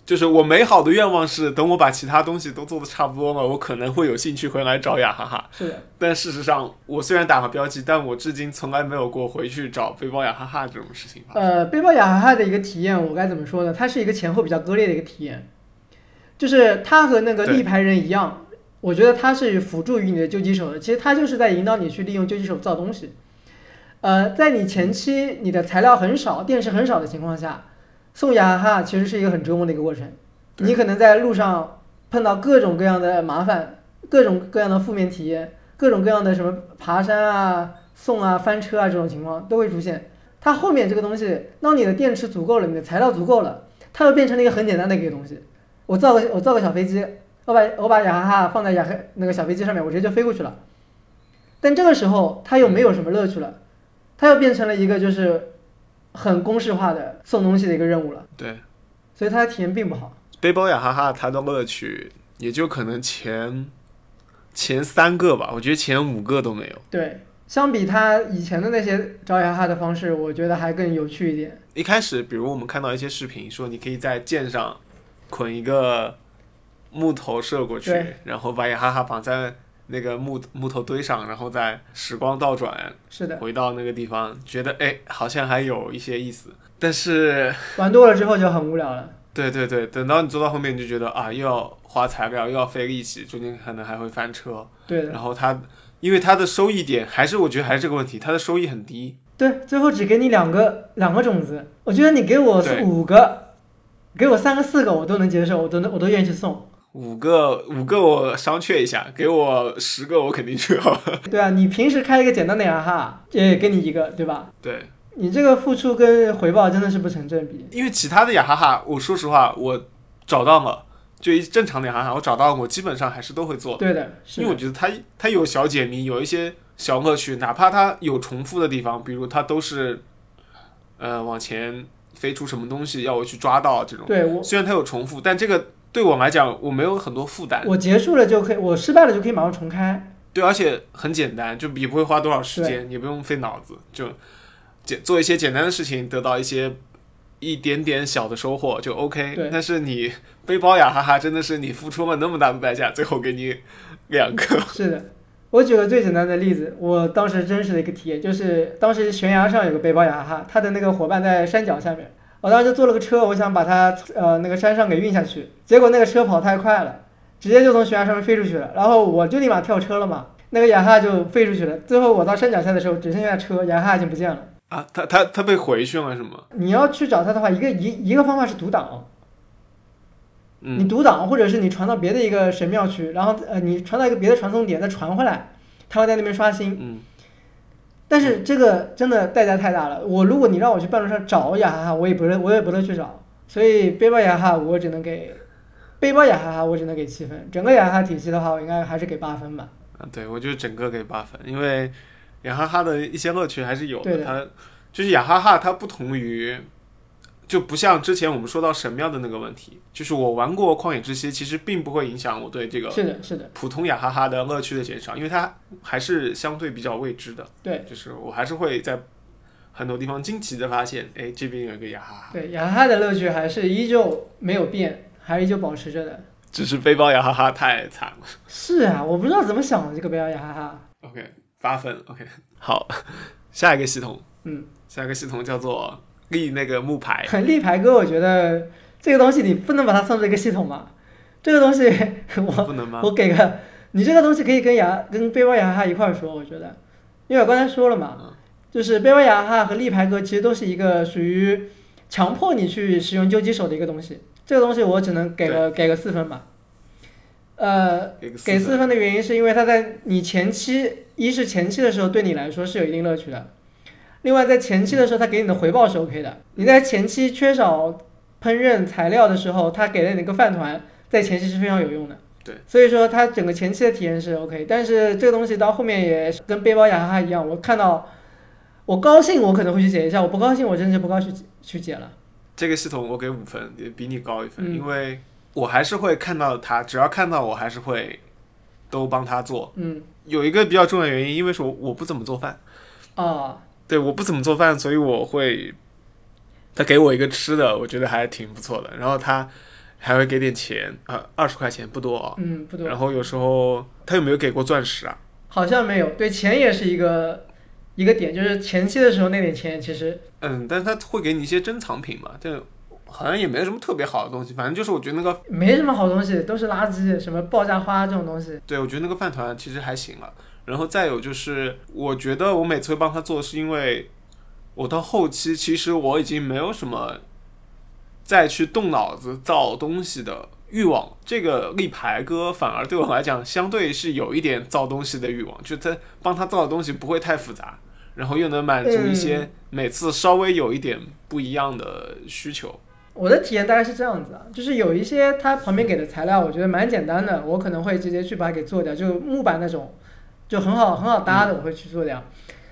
S1: 就是我美好的愿望是，等我把其他东西都做的差不多了，我可能会有兴趣回来找雅哈哈。
S2: 是的，
S1: 但事实上，我虽然打了标记，但我至今从来没有过回去找背包雅哈哈这种事情发生。
S2: 呃，背包雅哈哈的一个体验，我该怎么说呢？它是一个前后比较割裂的一个体验，就是它和那个
S1: 对
S2: 立牌人一样，我觉得它是辅助于你的救济手的，其实它就是在引导你去利用救济手造东西。呃，在你前期你的材料很少、电池很少的情况下，送雅哈哈其实是一个很折磨的一个过程。
S1: 对
S2: 你可能在路上碰到各种各样的麻烦，各种各样的负面体验，各种各样的什么爬山啊、送啊、翻车啊这种情况都会出现。它后面这个东西，当你的电池足够了，你的材料足够了，它又变成了一个很简单的一个东西。我造个我造个小飞机，我把我把雅哈哈放在雅哈那个小飞机上面，我直接就飞过去了。但这个时候它又没有什么乐趣了，它又变成了一个就是很公式化的送东西的一个任务了，
S1: 对，
S2: 所以它的体验并不好。
S1: 背包雅哈哈它的乐趣也就可能前前三个吧，我觉得前五个都没有。
S2: 对，相比它以前的那些找雅哈哈的方式，我觉得还更有趣一点。
S1: 一开始，比如我们看到一些视频，说你可以在箭上捆一个木头射过去
S2: 对，
S1: 然后把雅哈哈绑在那个木木头堆上，然后再时光倒转
S2: 是的，
S1: 回到那个地方，觉得哎好像还有一些意思。但是，
S2: 玩多了之后就很无聊了。
S1: 对对对，等到你做到后面，你就觉得啊又要花材料，又要费力气，中间可能还会翻车。
S2: 对的，
S1: 然后它，因为它的收益点还是我觉得还是这个问题，它的收益很低。
S2: 对，最后只给你两个两个种子，我觉得你给我
S1: 对
S2: 五个，给我三个四个我都能接受，我都能我都愿意
S1: *laughs*
S2: 去送。
S1: 五个五个我商榷一下，给我十个我肯定去好了。
S2: 对啊，你平时开一个简单的雅哈哈，也给你一个，对吧？
S1: 对，
S2: 你这个付出跟回报真的是不成正比。
S1: 因为其他的雅哈哈，我说实话，我找到了，就一正常的航海，我找到我基本上还是都会做，
S2: 对的，是
S1: 因为我
S2: 的，
S1: 觉得它它有小解谜，有一些小乐趣，哪怕它有重复的地方，比如它都是呃往前飞出什么东西要我去抓到这种，
S2: 对我
S1: 虽然它有重复，但这个对我来讲我没有很多负担，
S2: 我结束了就可以，我失败了就可以马上重开，
S1: 对，而且很简单，就也不会花多少时间，也不用费脑子，就简做一些简单的事情，得到一些一点点小的收获就 OK
S2: 对。
S1: 但是你背包雅哈哈，真的是你付出了那么大的代价，最后给你两个，
S2: 是的。我举个最简单的例子，我当时真实的一个体验，就是当时悬崖上有个背包雅哈哈，他的那个伙伴在山脚下面，我当时就坐了个车，我想把他呃那个山上给运下去，结果那个车跑太快了，直接就从悬崖上面飞出去了，然后我就立马跳车了嘛，那个雅哈哈就飞出去了，最后我到山脚下的时候只剩下车，雅哈哈已经不见了。
S1: 啊，他他他被回去了是吗？
S2: 你要去找他的话，一个一一个方法是读档，
S1: 嗯
S2: 你读档，或者是你传到别的一个神庙去，然后呃，你传到一个别的传送点，再传回来，他会在那边刷新。
S1: 嗯，
S2: 但是这个真的代价太大了。我如果你让我去半路上找雅哈哈，我也不乐，我也不乐去找。所以背包雅哈哈，我只能给背包雅哈哈，我只能给七分。整个雅哈哈体系的话，我应该还是给八分吧。
S1: 啊，对我就整个给八分，因为雅哈哈的一些乐趣还是有
S2: 对
S1: 的。
S2: 的
S1: 它就是雅哈哈，它不同于，就不像之前我们说到神庙的那个问题，就是我玩过旷野之息，其实并不会影响我对这个
S2: 是的，是的，
S1: 普通雅哈哈的乐趣的减少，因为它还是相对比较未知的，
S2: 对
S1: 就是我还是会在很多地方惊奇的发现，哎，这边有一个雅哈哈，
S2: 对，雅哈哈的乐趣还是依旧没有变，还是依旧保持着的。
S1: 只是背包雅哈哈太惨了。
S2: 是啊，我不知道怎么想的这个背包雅哈哈。
S1: OK，八分。OK，好， *laughs* 下一个系统，
S2: 嗯，
S1: 下一个系统叫做立那个木牌，
S2: 立牌哥，我觉得这个东西你不能把它算作一个系统吧？这个东西 *laughs* 我
S1: 不能吗？
S2: 我给个，你这个东西可以跟牙跟背包雅哈哈一块儿说，我觉得，因为我刚才说了嘛，就是背包雅哈哈和立牌哥其实都是一个属于强迫你去使用救济手的一个东西。这个东西我只能给个给个四分吧。呃，
S1: 给个四
S2: 给
S1: 分
S2: 四分的原因是因为它在你前期，一是前期的时候对你来说是有一定乐趣的，另外在前期的时候它给你的回报是 OK 的。你在前期缺少烹饪材料的时候，它给了你一个饭团，在前期是非常有用的。
S1: 对，
S2: 所以说它整个前期的体验是 OK，但是这个东西到后面也是跟背包雅哈哈一样，我看到我高兴我可能会去解一下，我不高兴我真的就不高兴去去解了。
S1: 这个系统我给五分，也比你高一分，
S2: 嗯
S1: 因为我还是会看到它，只要看到我还是会都帮他做。
S2: 嗯
S1: 有一个比较重要的原因，因为是我我不怎么做饭，
S2: 啊，
S1: 对，我不怎么做饭，所以我会他给我一个吃的，我觉得还挺不错的。然后他还会给点钱，呃，二十块钱不多啊、
S2: 嗯，不对
S1: 然，后有时候他有没有给过钻石啊？
S2: 好像没有。对，钱也是一个一个点，就是前期的时候那点钱其实
S1: 嗯，但是他会给你一些珍藏品嘛，但好像也没有什么特别好的东西。反正就是我觉得那个，
S2: 没什么好东西，都是垃圾，什么爆炸花这种东西。
S1: 对我觉得那个饭团其实还行了。然后再有就是，我觉得我每次会帮他做，是因为我到后期其实我已经没有什么再去动脑子造东西的欲望。这个立牌哥反而对我来讲，相对是有一点造东西的欲望，就他帮他造的东西不会太复杂，然后又能满足一些每次稍微有一点不一样的需求。
S2: 我的体验大概是这样子啊，就是有一些它旁边给的材料，我觉得蛮简单的，我可能会直接去把它给做掉，就木板那种，就很好很好搭的，我会去做掉。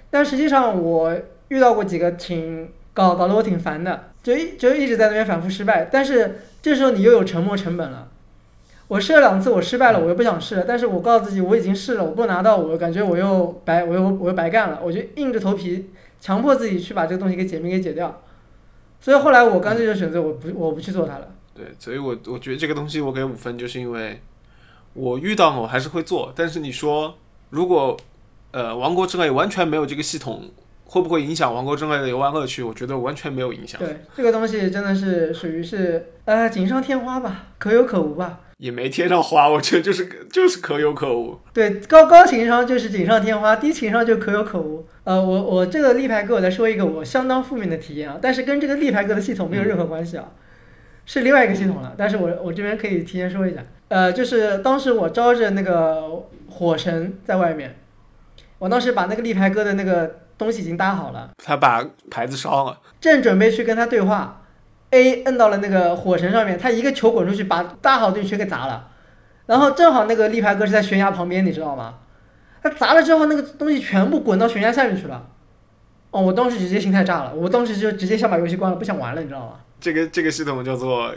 S2: 但实际上我遇到过几个挺搞搞得我挺烦的，就一就一直在那边反复失败。但是这时候你又有沉没成本了。我试了两次，我失败了，我又不想试了。但是我告诉自己，我已经试了，我不拿到，我感觉我又白，我又我又白干了。我就硬着头皮，强迫自己去把这个东西给解密给解掉。所以后来我干脆就选择我不我不去做它了。
S1: 对，所以我我觉得这个东西我给五分，就是因为我遇到了我还是会做，但是你说如果呃《王国之泪》完全没有这个系统，会不会影响《王国之泪》的游玩乐趣？我觉得完全没有影响，
S2: 对，这个东西真的是属于是呃锦上添花吧，可有可无吧。
S1: 也没贴上花，我觉得就是就是可有可无。
S2: 对，高高情商就是锦上添花，低情商就可有可无。呃，我我这个立牌哥，我再说一个我相当负面的体验啊，但是跟这个立牌哥的系统没有任何关系啊，是另外一个系统了。但是我我这边可以提前说一下，呃，就是当时我招着那个火神在外面，我当时把那个立牌哥的那个东西已经搭好了，
S1: 他把牌子烧了，
S2: 正准备去跟他对话， A 摁到了那个火绳上面，他一个球滚出去，把大好队全给砸了。然后正好那个立牌哥是在悬崖旁边，你知道吗？他砸了之后，那个东西全部滚到悬崖下面去了。哦，我当时直接心态炸了，我当时就直接想把游戏关了，不想玩了，你知道吗？
S1: 这个这个系统叫做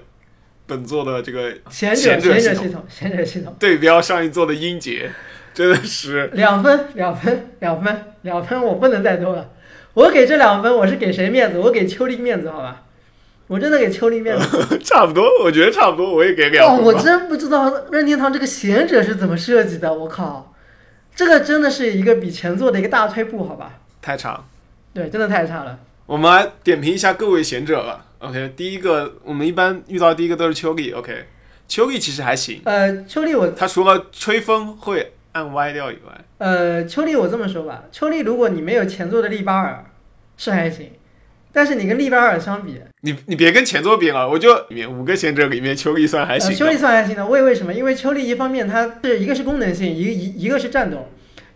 S1: 本作的这个者
S2: 贤贤者
S1: 系
S2: 系统，贤者系统，
S1: 对标上一座的音节，真的是 *laughs*
S2: 两分，两分，两分，两分，我不能再多了。我给这两分，我是给谁面子？我给秋丽面子，好吧？我真的给秋丽面子。
S1: 差不多，我觉得差不多，我也给两
S2: 哦，
S1: 分
S2: 我
S1: 吧。
S2: 真不知道任天堂这个贤者是怎么设计的，我靠，这个真的是一个比前作的一个大退步，好吧？
S1: 太长，
S2: 对，真的太差了。
S1: 我们来点评一下各位贤者吧。OK，第一个我们一般遇到第一个都是秋丽。OK，秋丽其实还行，
S2: 呃，秋丽我
S1: 他除了吹风会按歪掉以外，
S2: 呃，秋丽我这么说吧，秋丽如果你没有前作的利巴尔，是还行，但是你跟利巴尔相比，
S1: 你你别跟前作比了，我就里面五个贤者里面秋丽算还
S2: 呃，
S1: 行
S2: 秋
S1: 的。
S2: 丽算还行的，为为什么？因为秋丽一方面它是一个是功能性，一个一一个是战斗，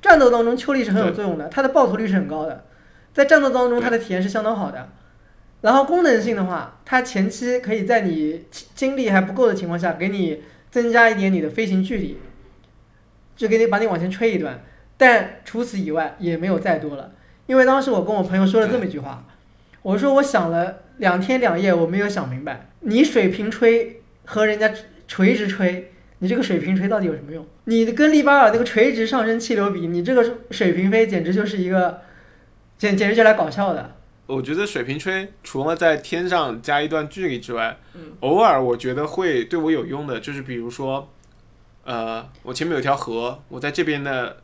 S2: 战斗当中秋丽是很有作用的，它的爆头率是很高的，在战斗当中它的体验是相当好的。然后功能性的话，它前期可以在你精精力还不够的情况下，给你增加一点你的飞行距离，就给你把你往前吹一段。但除此以外也没有再多了，因为当时我跟我朋友说了这么一句话，我
S1: 嗯
S2: 说我想了两天两夜，我没有想明白，你水平吹和人家垂直吹，你这个水平吹到底有什么用？你跟利巴尔那个垂直上升气流比，你这个水平飞简直就是一个，简简直就来搞笑的。
S1: 我觉得水平吹除了在天上加一段距离之外，
S2: 嗯
S1: 偶尔我觉得会对我有用的，就是比如说，呃，我前面有条河，我在这边的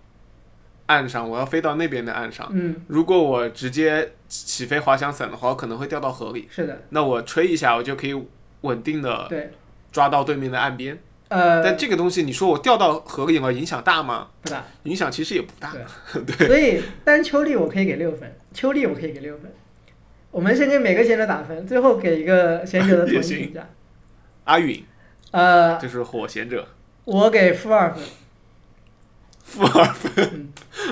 S1: 岸上，我要飞到那边的岸上。
S2: 嗯，
S1: 如果我直接起飞滑翔伞的话，我可能会掉到河里。
S2: 是的，
S1: 那我吹一下，我就可以稳定的
S2: 对，
S1: 抓到对面的岸边。
S2: 呃，
S1: 但这个东西，你说我掉到河里了，影响大吗？
S2: 不大。
S1: 影响其实也不大。
S2: 对，所以单秋丽我可以给六分，秋丽我可以给六分。我们先给每个贤者打分，最后给一个
S1: *laughs*
S2: 贤者的统
S1: 也
S2: 一
S1: 行
S2: 评价。
S1: 阿允
S2: 呃，
S1: 就是火贤者， *laughs*
S2: 我给负二分。
S1: 负二分。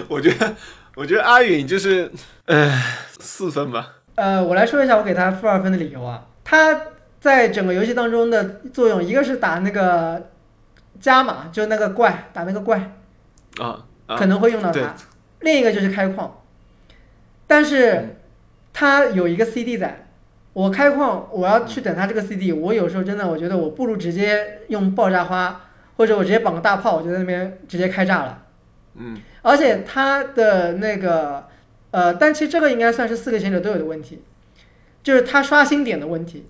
S1: 我觉得，我觉得阿允就是， *sighs* 唉，四分吧。
S2: 呃，我来说一下我给他负二分的理由啊。他在整个游戏当中的作用，一个是打那个加码，就那个怪，打那个怪
S1: 啊啊
S2: 可，能会用到
S1: 对
S2: 它；另一个就是开矿，但
S1: 嗯
S2: 是它有一个 CD 在。我开
S1: 嗯
S2: 矿，我要去等它这个 CD。我有时候真的，我觉得我不如直接用爆炸花，或者我直接绑个大炮，我就在那边直接开炸了。
S1: 嗯，
S2: 而且它的那个呃，但其实这个应该算是四个贤者都有的问题，就是它刷新点的问题。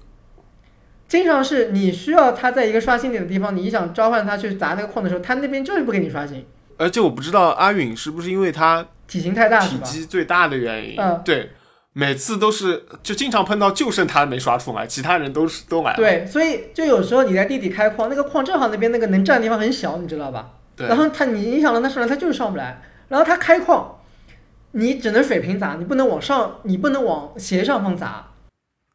S2: 经常是你需要它在一个刷新点的地方，你想召唤它去砸那个矿的时候，它那边就是不给你刷新，
S1: 而且我不知道阿允是不是因为他
S2: 体型太大是
S1: 体
S2: 吧？
S1: 积最大的原因，
S2: 嗯
S1: 对，每次都是就经常碰到，就剩他没刷出来，其他人都是都来了，
S2: 对，所以就有时候你在地底开矿，那个矿正好那边那个能站的地方很小，你知道吧？
S1: 对
S2: 然后它你影响了它上来，它就是上不来。然后它开矿，你只能水平砸，你不能往上，你不能往斜上方砸。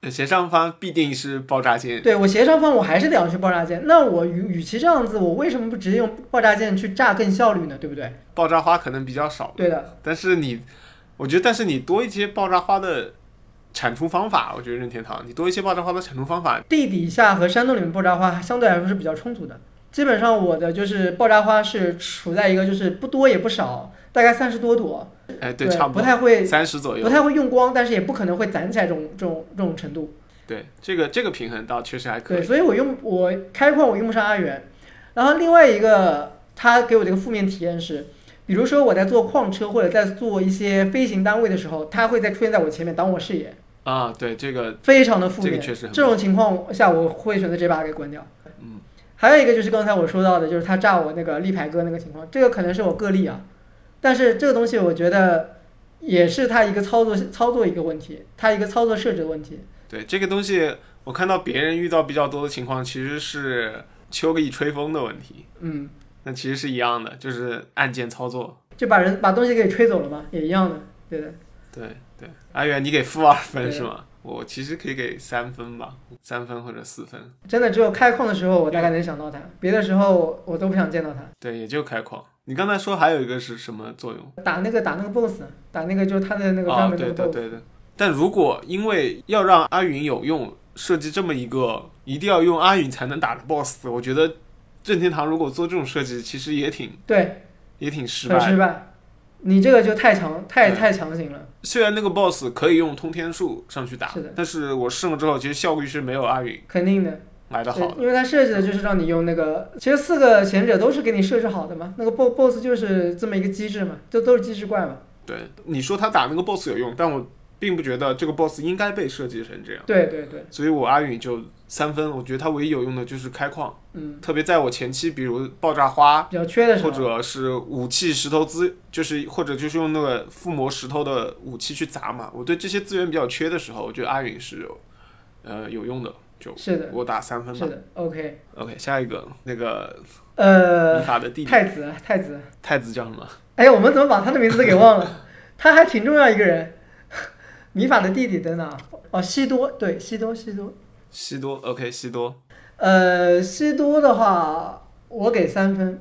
S1: 对，斜上方必定是爆炸键，
S2: 对我斜上方我还是得要去爆炸键，那我与与其这样子，我为什么不直接用爆炸键去炸更效率呢？对不对？
S1: 爆炸花可能比较少，
S2: 对的，
S1: 但是你，我觉得，但是你多一些爆炸花的产出方法，我觉得任天堂，你多一些爆炸花的产出方法，
S2: 地底下和山洞里面爆炸花相对来说是比较充足的。基本上我的就是爆炸花是处在一个就是不多也不少，大概三十多朵，
S1: 哎，
S2: 对，
S1: 差不多
S2: 太会
S1: 三十左右
S2: 不，太会用光，但是也不可能会攒起来这种这种这种程度。
S1: 对，这个这个平衡倒确实还可以，
S2: 对，所以我用我开矿我用不上阿元，然后另外一个他给我的一个负面体验是，比如说我在做矿车或者在做一些飞行单位的时候，他会在出现在我前面挡我视野，
S1: 啊，对，这个
S2: 非常的负
S1: 这
S2: 面。
S1: 个确实很
S2: 这种情况下我会选择直接把它给关掉。
S1: 嗯，
S2: 还有一个就是刚才我说到的，就是他炸我那个立牌哥那个情况，这个可能是我个例啊，但是这个东西我觉得也是他一个操作操作一个问题，他一个操作设置的问题。
S1: 对这个东西，我看到别人遇到比较多的情况，其实是秋丽吹风的问题，
S2: 嗯，
S1: 那其实是一样的，就是按键操作。
S2: 就把人把东西给吹走了嘛，也一样的，对的。
S1: 对对，阿远，你给负二分
S2: 对
S1: 是吗？我其实可以给三分吧，三分或者四分，
S2: 真的只有开矿的时候，我大概能想到他，别的时候我都不想见到他。
S1: 对，也就开矿。你刚才说还有一个是什么作用？
S2: 打那个打那个 BOSS，打那个就是他的那个专
S1: 啊，
S2: 门那
S1: 对
S2: 个
S1: 对
S2: BOSS，、
S1: 对对。但如果因为要让阿云有用，设计这么一个一定要用阿语才能打的 BOSS，我觉得任天堂如果做这种设计，其实也挺
S2: 对，
S1: 也挺失败
S2: 很
S1: 的。
S2: 失败。你这个就太强，太
S1: 对
S2: 太强行了。
S1: 虽然那个 BOSS 可以用通天术上去打，
S2: 是的
S1: 但是我试了之后，其实效率是没有阿云
S2: 肯定的，
S1: 来的好
S2: 对
S1: 的。，
S2: 因为它设计的就是让你用那个，其实四个贤者都是给你设置好的嘛，那个 BO- BOSS 就是这么一个机制嘛，都都是机制怪嘛。
S1: 对，你说他打那个 BOSS 有用，但我并不觉得这个 BOSS 应该被设计成这样，
S2: 对对对，
S1: 所以我阿允就三分。我觉得他唯一有用的就是开矿，
S2: 嗯，
S1: 特别在我前期，比如爆炸花，
S2: 比较缺的时
S1: 或
S2: 候，
S1: 者是武器石头资，就是或者就是用那个附魔石头的武器去砸嘛。我对这些资源比较缺的时候，我觉得阿允是呃有用的，就是
S2: 的，
S1: 我打三分吧
S2: 是。的，OK，
S1: OK，下一个那个米
S2: 呃，
S1: 法的弟弟
S2: 太子啊太子，
S1: 太子叫什么？
S2: 哎呀，我们怎么把他的名字给忘了？他还挺重要一个人， *laughs* 米法的弟弟在哪？哦，西多，对，西多，西多。
S1: 西多，OK，西多，
S2: 呃，西多的话，我给三分，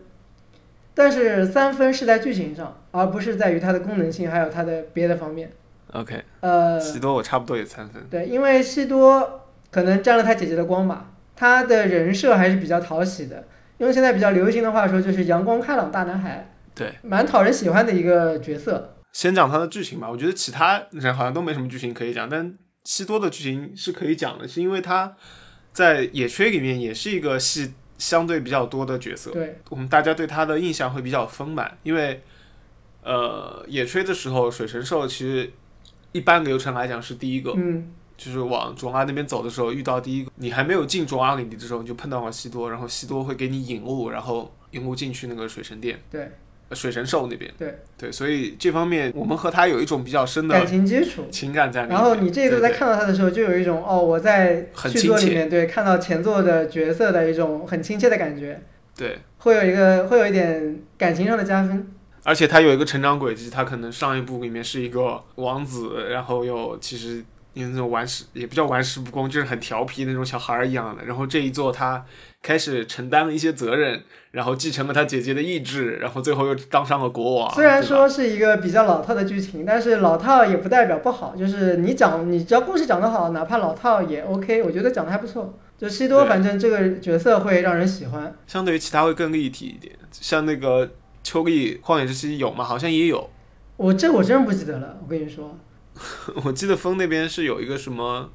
S2: 但是三分是在剧情上，而不是在于它的功能性，还有它的别的方面。
S1: ，OK，
S2: 呃，
S1: 西多我差不多也三分，
S2: 对，因为西多可能沾了他姐姐的光吧，他的人设还是比较讨喜的。用现在比较流行的话说，就是阳光开朗大男孩，
S1: 对，
S2: 蛮讨人喜欢的一个角色。
S1: 先讲它的剧情吧，我觉得其他人好像都没什么剧情可以讲，但西多的剧情是可以讲的，是因为他在野炊里面也是一个戏相对比较多的角色，
S2: 对，
S1: 我们大家对他的印象会比较丰满，因为呃野炊的时候，水神兽其实一般流程来讲是第一个，
S2: 嗯，
S1: 就是往卓拉那边走的时候，遇到第一个，你还没有进卓拉领地的时候，你就碰到了西多，然后西多会给你引路，然后引路进去那个水神殿、
S2: 对，
S1: 呃水神兽那边。
S2: 对
S1: 对，所以这方面我们和他有一种比较深
S2: 感
S1: 的
S2: 情基础。
S1: 情感在里面。
S2: 然后你这一
S1: 对
S2: 次在
S1: 对
S2: 看到他的时候，就有一种哦，我在
S1: 很
S2: 续
S1: 亲
S2: 作里
S1: 切
S2: 面对看到前作的角色的一种很亲切的感觉，
S1: 对，
S2: 会有一个会有一点感情上的加分。
S1: 而且他有一个成长轨迹，他可能上一部里面是一个王子，然后又其实有那种玩世也不叫玩世不恭，就是很调皮那种小孩儿一样的。然后这一座他开始承担了一些责任，然后继承了他姐姐的意志，然后最后又当上了国王。
S2: 虽然
S1: 对吧
S2: 说是一个比较老套的剧情，但是老套也不代表不好，就是你讲你只要故事讲得好，哪怕老套也 OK，我觉得讲得还不错。就西多，
S1: 对
S2: 反正这个角色会让人喜欢。
S1: 相对于其他会更立体一点，像那个秋丽《荒野之息》有吗？好像也有，
S2: 我这我真不记得了，我跟你说，
S1: *laughs* 我记得风那边是有一个什么。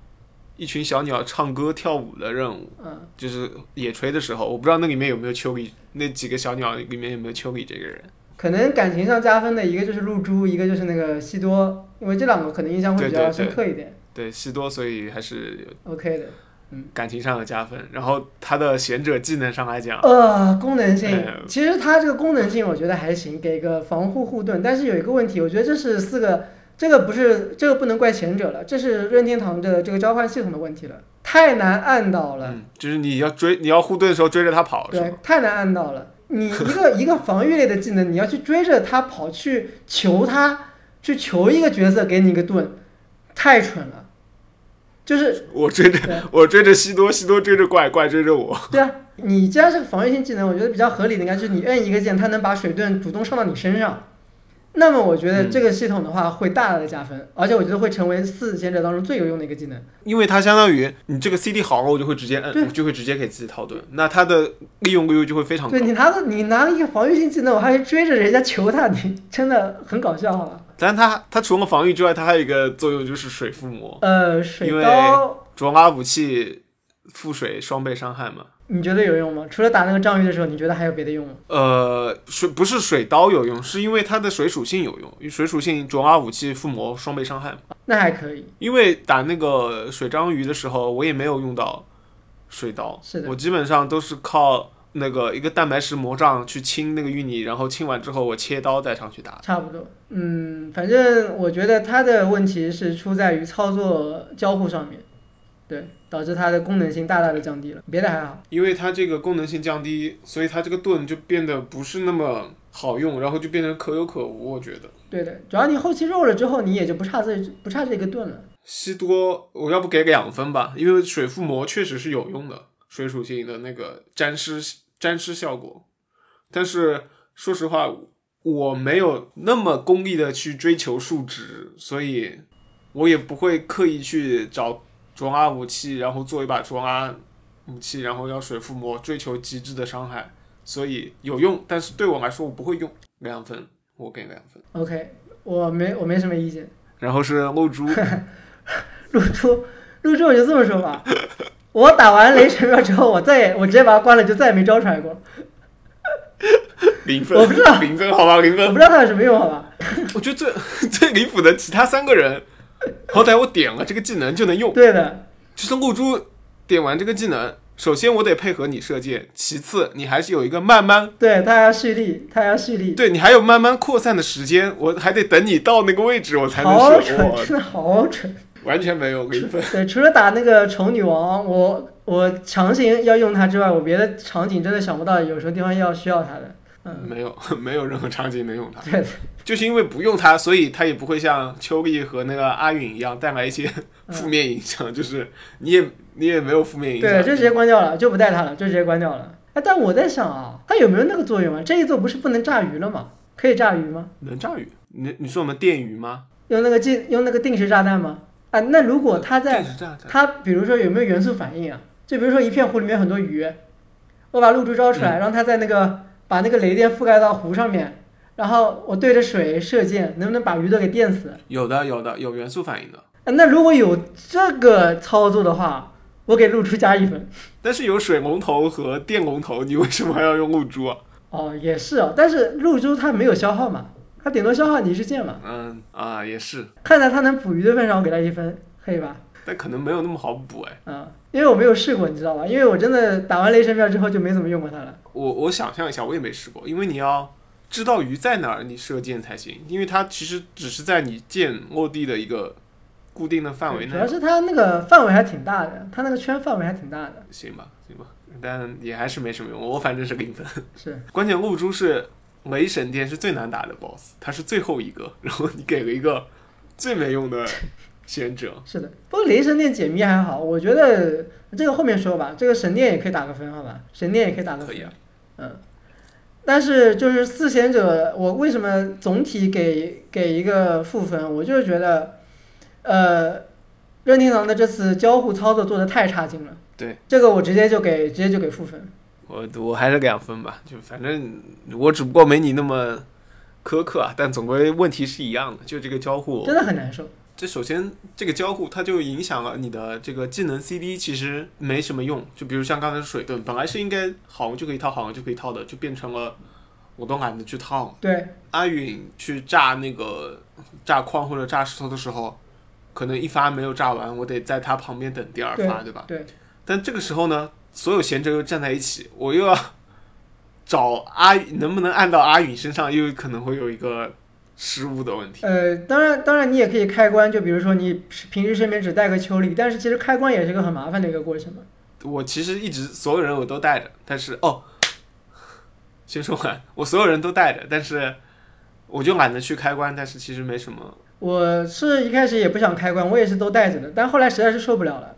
S1: 一群小鸟唱歌跳舞的任务，
S2: 嗯，
S1: 就是野炊的时候，我不知道那里面有没有秋丽，那几个小鸟里面有没有秋丽这个人。
S2: 可能感情上加分的一个就是露珠，一个就是那个西多，因为这两个可能印象会比
S1: 对对
S2: 较
S1: 对
S2: 深刻一点。
S1: 对西多，所以还是
S2: OK 的。
S1: 有感情上的加分。然后他的贤者技能上来讲，
S2: 呃，功能性
S1: 啊哎，
S2: 其实它这个功能性我觉得还行，给个防护护盾。但是有一个问题，我觉得这是四个，这个不是这个不能怪贤者了，这是任天堂的这个召唤系统的问题了，太难按倒了，
S1: 嗯，就是你要追，你要护盾的时候追着他跑，是
S2: 对
S1: 吗？，
S2: 太难按倒了。你一个 *laughs* 一个防御类的技能，你要去追着他跑，去求他，去求一个角色给你一个盾，太蠢了，就是
S1: 我追
S2: 对
S1: 着我追着西多，西多追着怪，怪追着我。
S2: *laughs* 对啊，你既然是个防御性技能，我觉得比较合理的应该就是你摁一个键，它能把水盾主动上到你身上。那么我觉
S1: 嗯
S2: 得这个系统的话会大大的加分，而且我觉得会成为四贤者当中最有用的一个技能。
S1: 因为它相当于你这个 CD 好了，我就会直接摁，
S2: 对
S1: 我就会直接给自己套盾，那它的利用率就会非常高
S2: 对。你拿了你拿了一个防御性技能，我还去追着人家求他，你 *laughs* 真的很搞笑，好吧？
S1: 但是它它除了防御之外，它还有一个作用就是水附魔，
S2: 呃，水
S1: 因为
S2: 刀
S1: 卓拉武器附水双倍伤害嘛。
S2: 你觉得有用吗？除了打那个章鱼的时候，你觉得还有别的用吗？
S1: 呃，水不是水刀有用，是因为它的水属性有用，因为水属性卓拉武器附魔双倍伤害嘛。
S2: 那还可以，
S1: 因为打那个水章鱼的时候，我也没有用到水刀，
S2: 是的
S1: 我基本上都是靠那个一个蛋白石魔杖去清那个淤泥，然后清完之后我切刀再上去打。
S2: 差不多。嗯，反正我觉得它的问题是出在于操作交互上面，对，导致它的功能性大大的降低了，别的还好。
S1: 因为它这个功能性降低，所以它这个盾就变得不是那么好用，然后就变成可有可无。我觉得
S2: 对的，主要你后期肉了之后，你也就不差这不差这个盾了。
S1: 西多我要不给两分吧，因为水附魔确实是有用的，水属性的那个沾湿沾湿效果，但是说实话。我没有那么功利的去追求数值，所以我也不会刻意去找卓拉武器，然后做一把卓拉武器，然后要水附魔，追求极致的伤害，所以有用，但是对我来说我不会用，两分，我给两分。
S2: OK，我没我没什么意见。
S1: 然后是露珠， *laughs*
S2: 露珠，露珠，我就这么说吧，我打完雷神庙之后，我再也我直接把它关了，就再也没招出来过。
S1: 零分，
S2: 我不知道
S1: 零分，好吧，零
S2: 我
S1: 分。
S2: 不知道它有什么用，好吧？
S1: *laughs* 我觉得最最离谱的，其他三个人，好歹我点了这个技能就能用，
S2: 对的，
S1: 就是露珠点完这个技能，首先我得配合你射箭，其次你还是有一个慢慢
S2: 对，它还要蓄力，它还要蓄力，
S1: 对你还有慢慢扩散的时间，我还得等你到那个位置我才能
S2: 好
S1: 射，
S2: 蠢，
S1: 我
S2: 真的好蠢。
S1: 完全没有零分。
S2: 对，除了打那个丑女王，我我强行要用它之外，我别的场景真的想不到有什么地方要需要它的。嗯，
S1: 没有， *laughs* 没有任何场景能用它，
S2: 对，
S1: 就是因为不用它，所以它也不会像秋丽和那个阿允一样带来一些
S2: 嗯
S1: 负面影响，就是你也你也没有负面影响。
S2: 对，就直接关掉了，就不带它了，就直接关掉了。哎，但我在想啊，它有没有那个作用啊？这一座不是不能炸鱼了吗？可以炸鱼吗？
S1: 能炸鱼？你你说我们电鱼吗？
S2: 用那个进用那个定时炸弹吗？啊，那如果它在
S1: 电是炸弹。
S2: 它比如说有没有元素反应啊？就比如说一片湖里面很多鱼，我把露珠招出来，让它在那个把那个雷电覆盖到湖上面，然后我对着水射箭，能不能把鱼都给电死？
S1: 有的有的有元素反应的，
S2: 啊那如果有这个操作的话，我给露珠加一分。
S1: 但是有水龙头和电龙头，你为什么还要用露珠啊？
S2: 哦，也是啊，但是露珠它没有消耗嘛，它顶多消耗你一支箭嘛。
S1: 嗯啊也是，
S2: 看在它能捕鱼的份上，我给它一分，可以吧？
S1: 但可能没有那么好补哎。
S2: 啊、因为我没有试过，你知道吧？因为我真的打完雷神庙之后就没怎么用过它了。
S1: 我我想象一下，我也没试过，因为你要知道鱼在哪儿，你射箭才行，因为它其实只是在你箭落地的一个固定的范围
S2: 对
S1: 内
S2: 主，要是它那个范围还挺大的，它那个圈范围还挺大的。
S1: 行吧，行吧，但也还是没什么用，我反正是零分。
S2: 是，
S1: 关键露珠是雷神殿是最难打的 BOSS，它是最后一个，然后你给了一个最没用的贤
S2: *laughs*
S1: 者，
S2: 是的。不过雷神殿解谜还好，我觉得这个后面说吧。这个神殿也可以打个分，好吧？神殿也可以打个分。
S1: 可以啊。
S2: 嗯。但是就是四贤者，我为什么总体给给一个负分？我就是觉得，呃，任天堂的这次交互操作做的太差劲了。
S1: 对，
S2: 这个我直接就给直接就给负分。
S1: 我我还是两分吧，就反正我只不过没你那么苛刻啊，但总归问题是一样的，就这个交互
S2: 真的很难受。
S1: 这首先这个交互它就影响了你的这个技能 CD，其实没什么用。就比如像刚才水遁，本来是应该好就可以套，好就可以套的，就变成了我都懒得去套。
S2: 对，
S1: 阿允去炸那个炸矿或者炸石头的时候，可能一发没有炸完，我得在他旁边等第二发，对吧？
S2: 对，
S1: 但这个时候呢，所有贤者又站在一起，我又要找阿允能不能按到阿允身上，又可能会有一个失误的问题。
S2: 呃，当然，当然你也可以开关，就比如说你平时身边只带个秋丽，但是其实开关也是一个很麻烦的一个过程嘛。
S1: 我其实一直所有人我都带着，但是哦，先说完，我所有人都带着，但是我就懒得去开关，但是其实没什么。
S2: 我是一开始也不想开关，我也是都带着的，但后来实在是受不了了。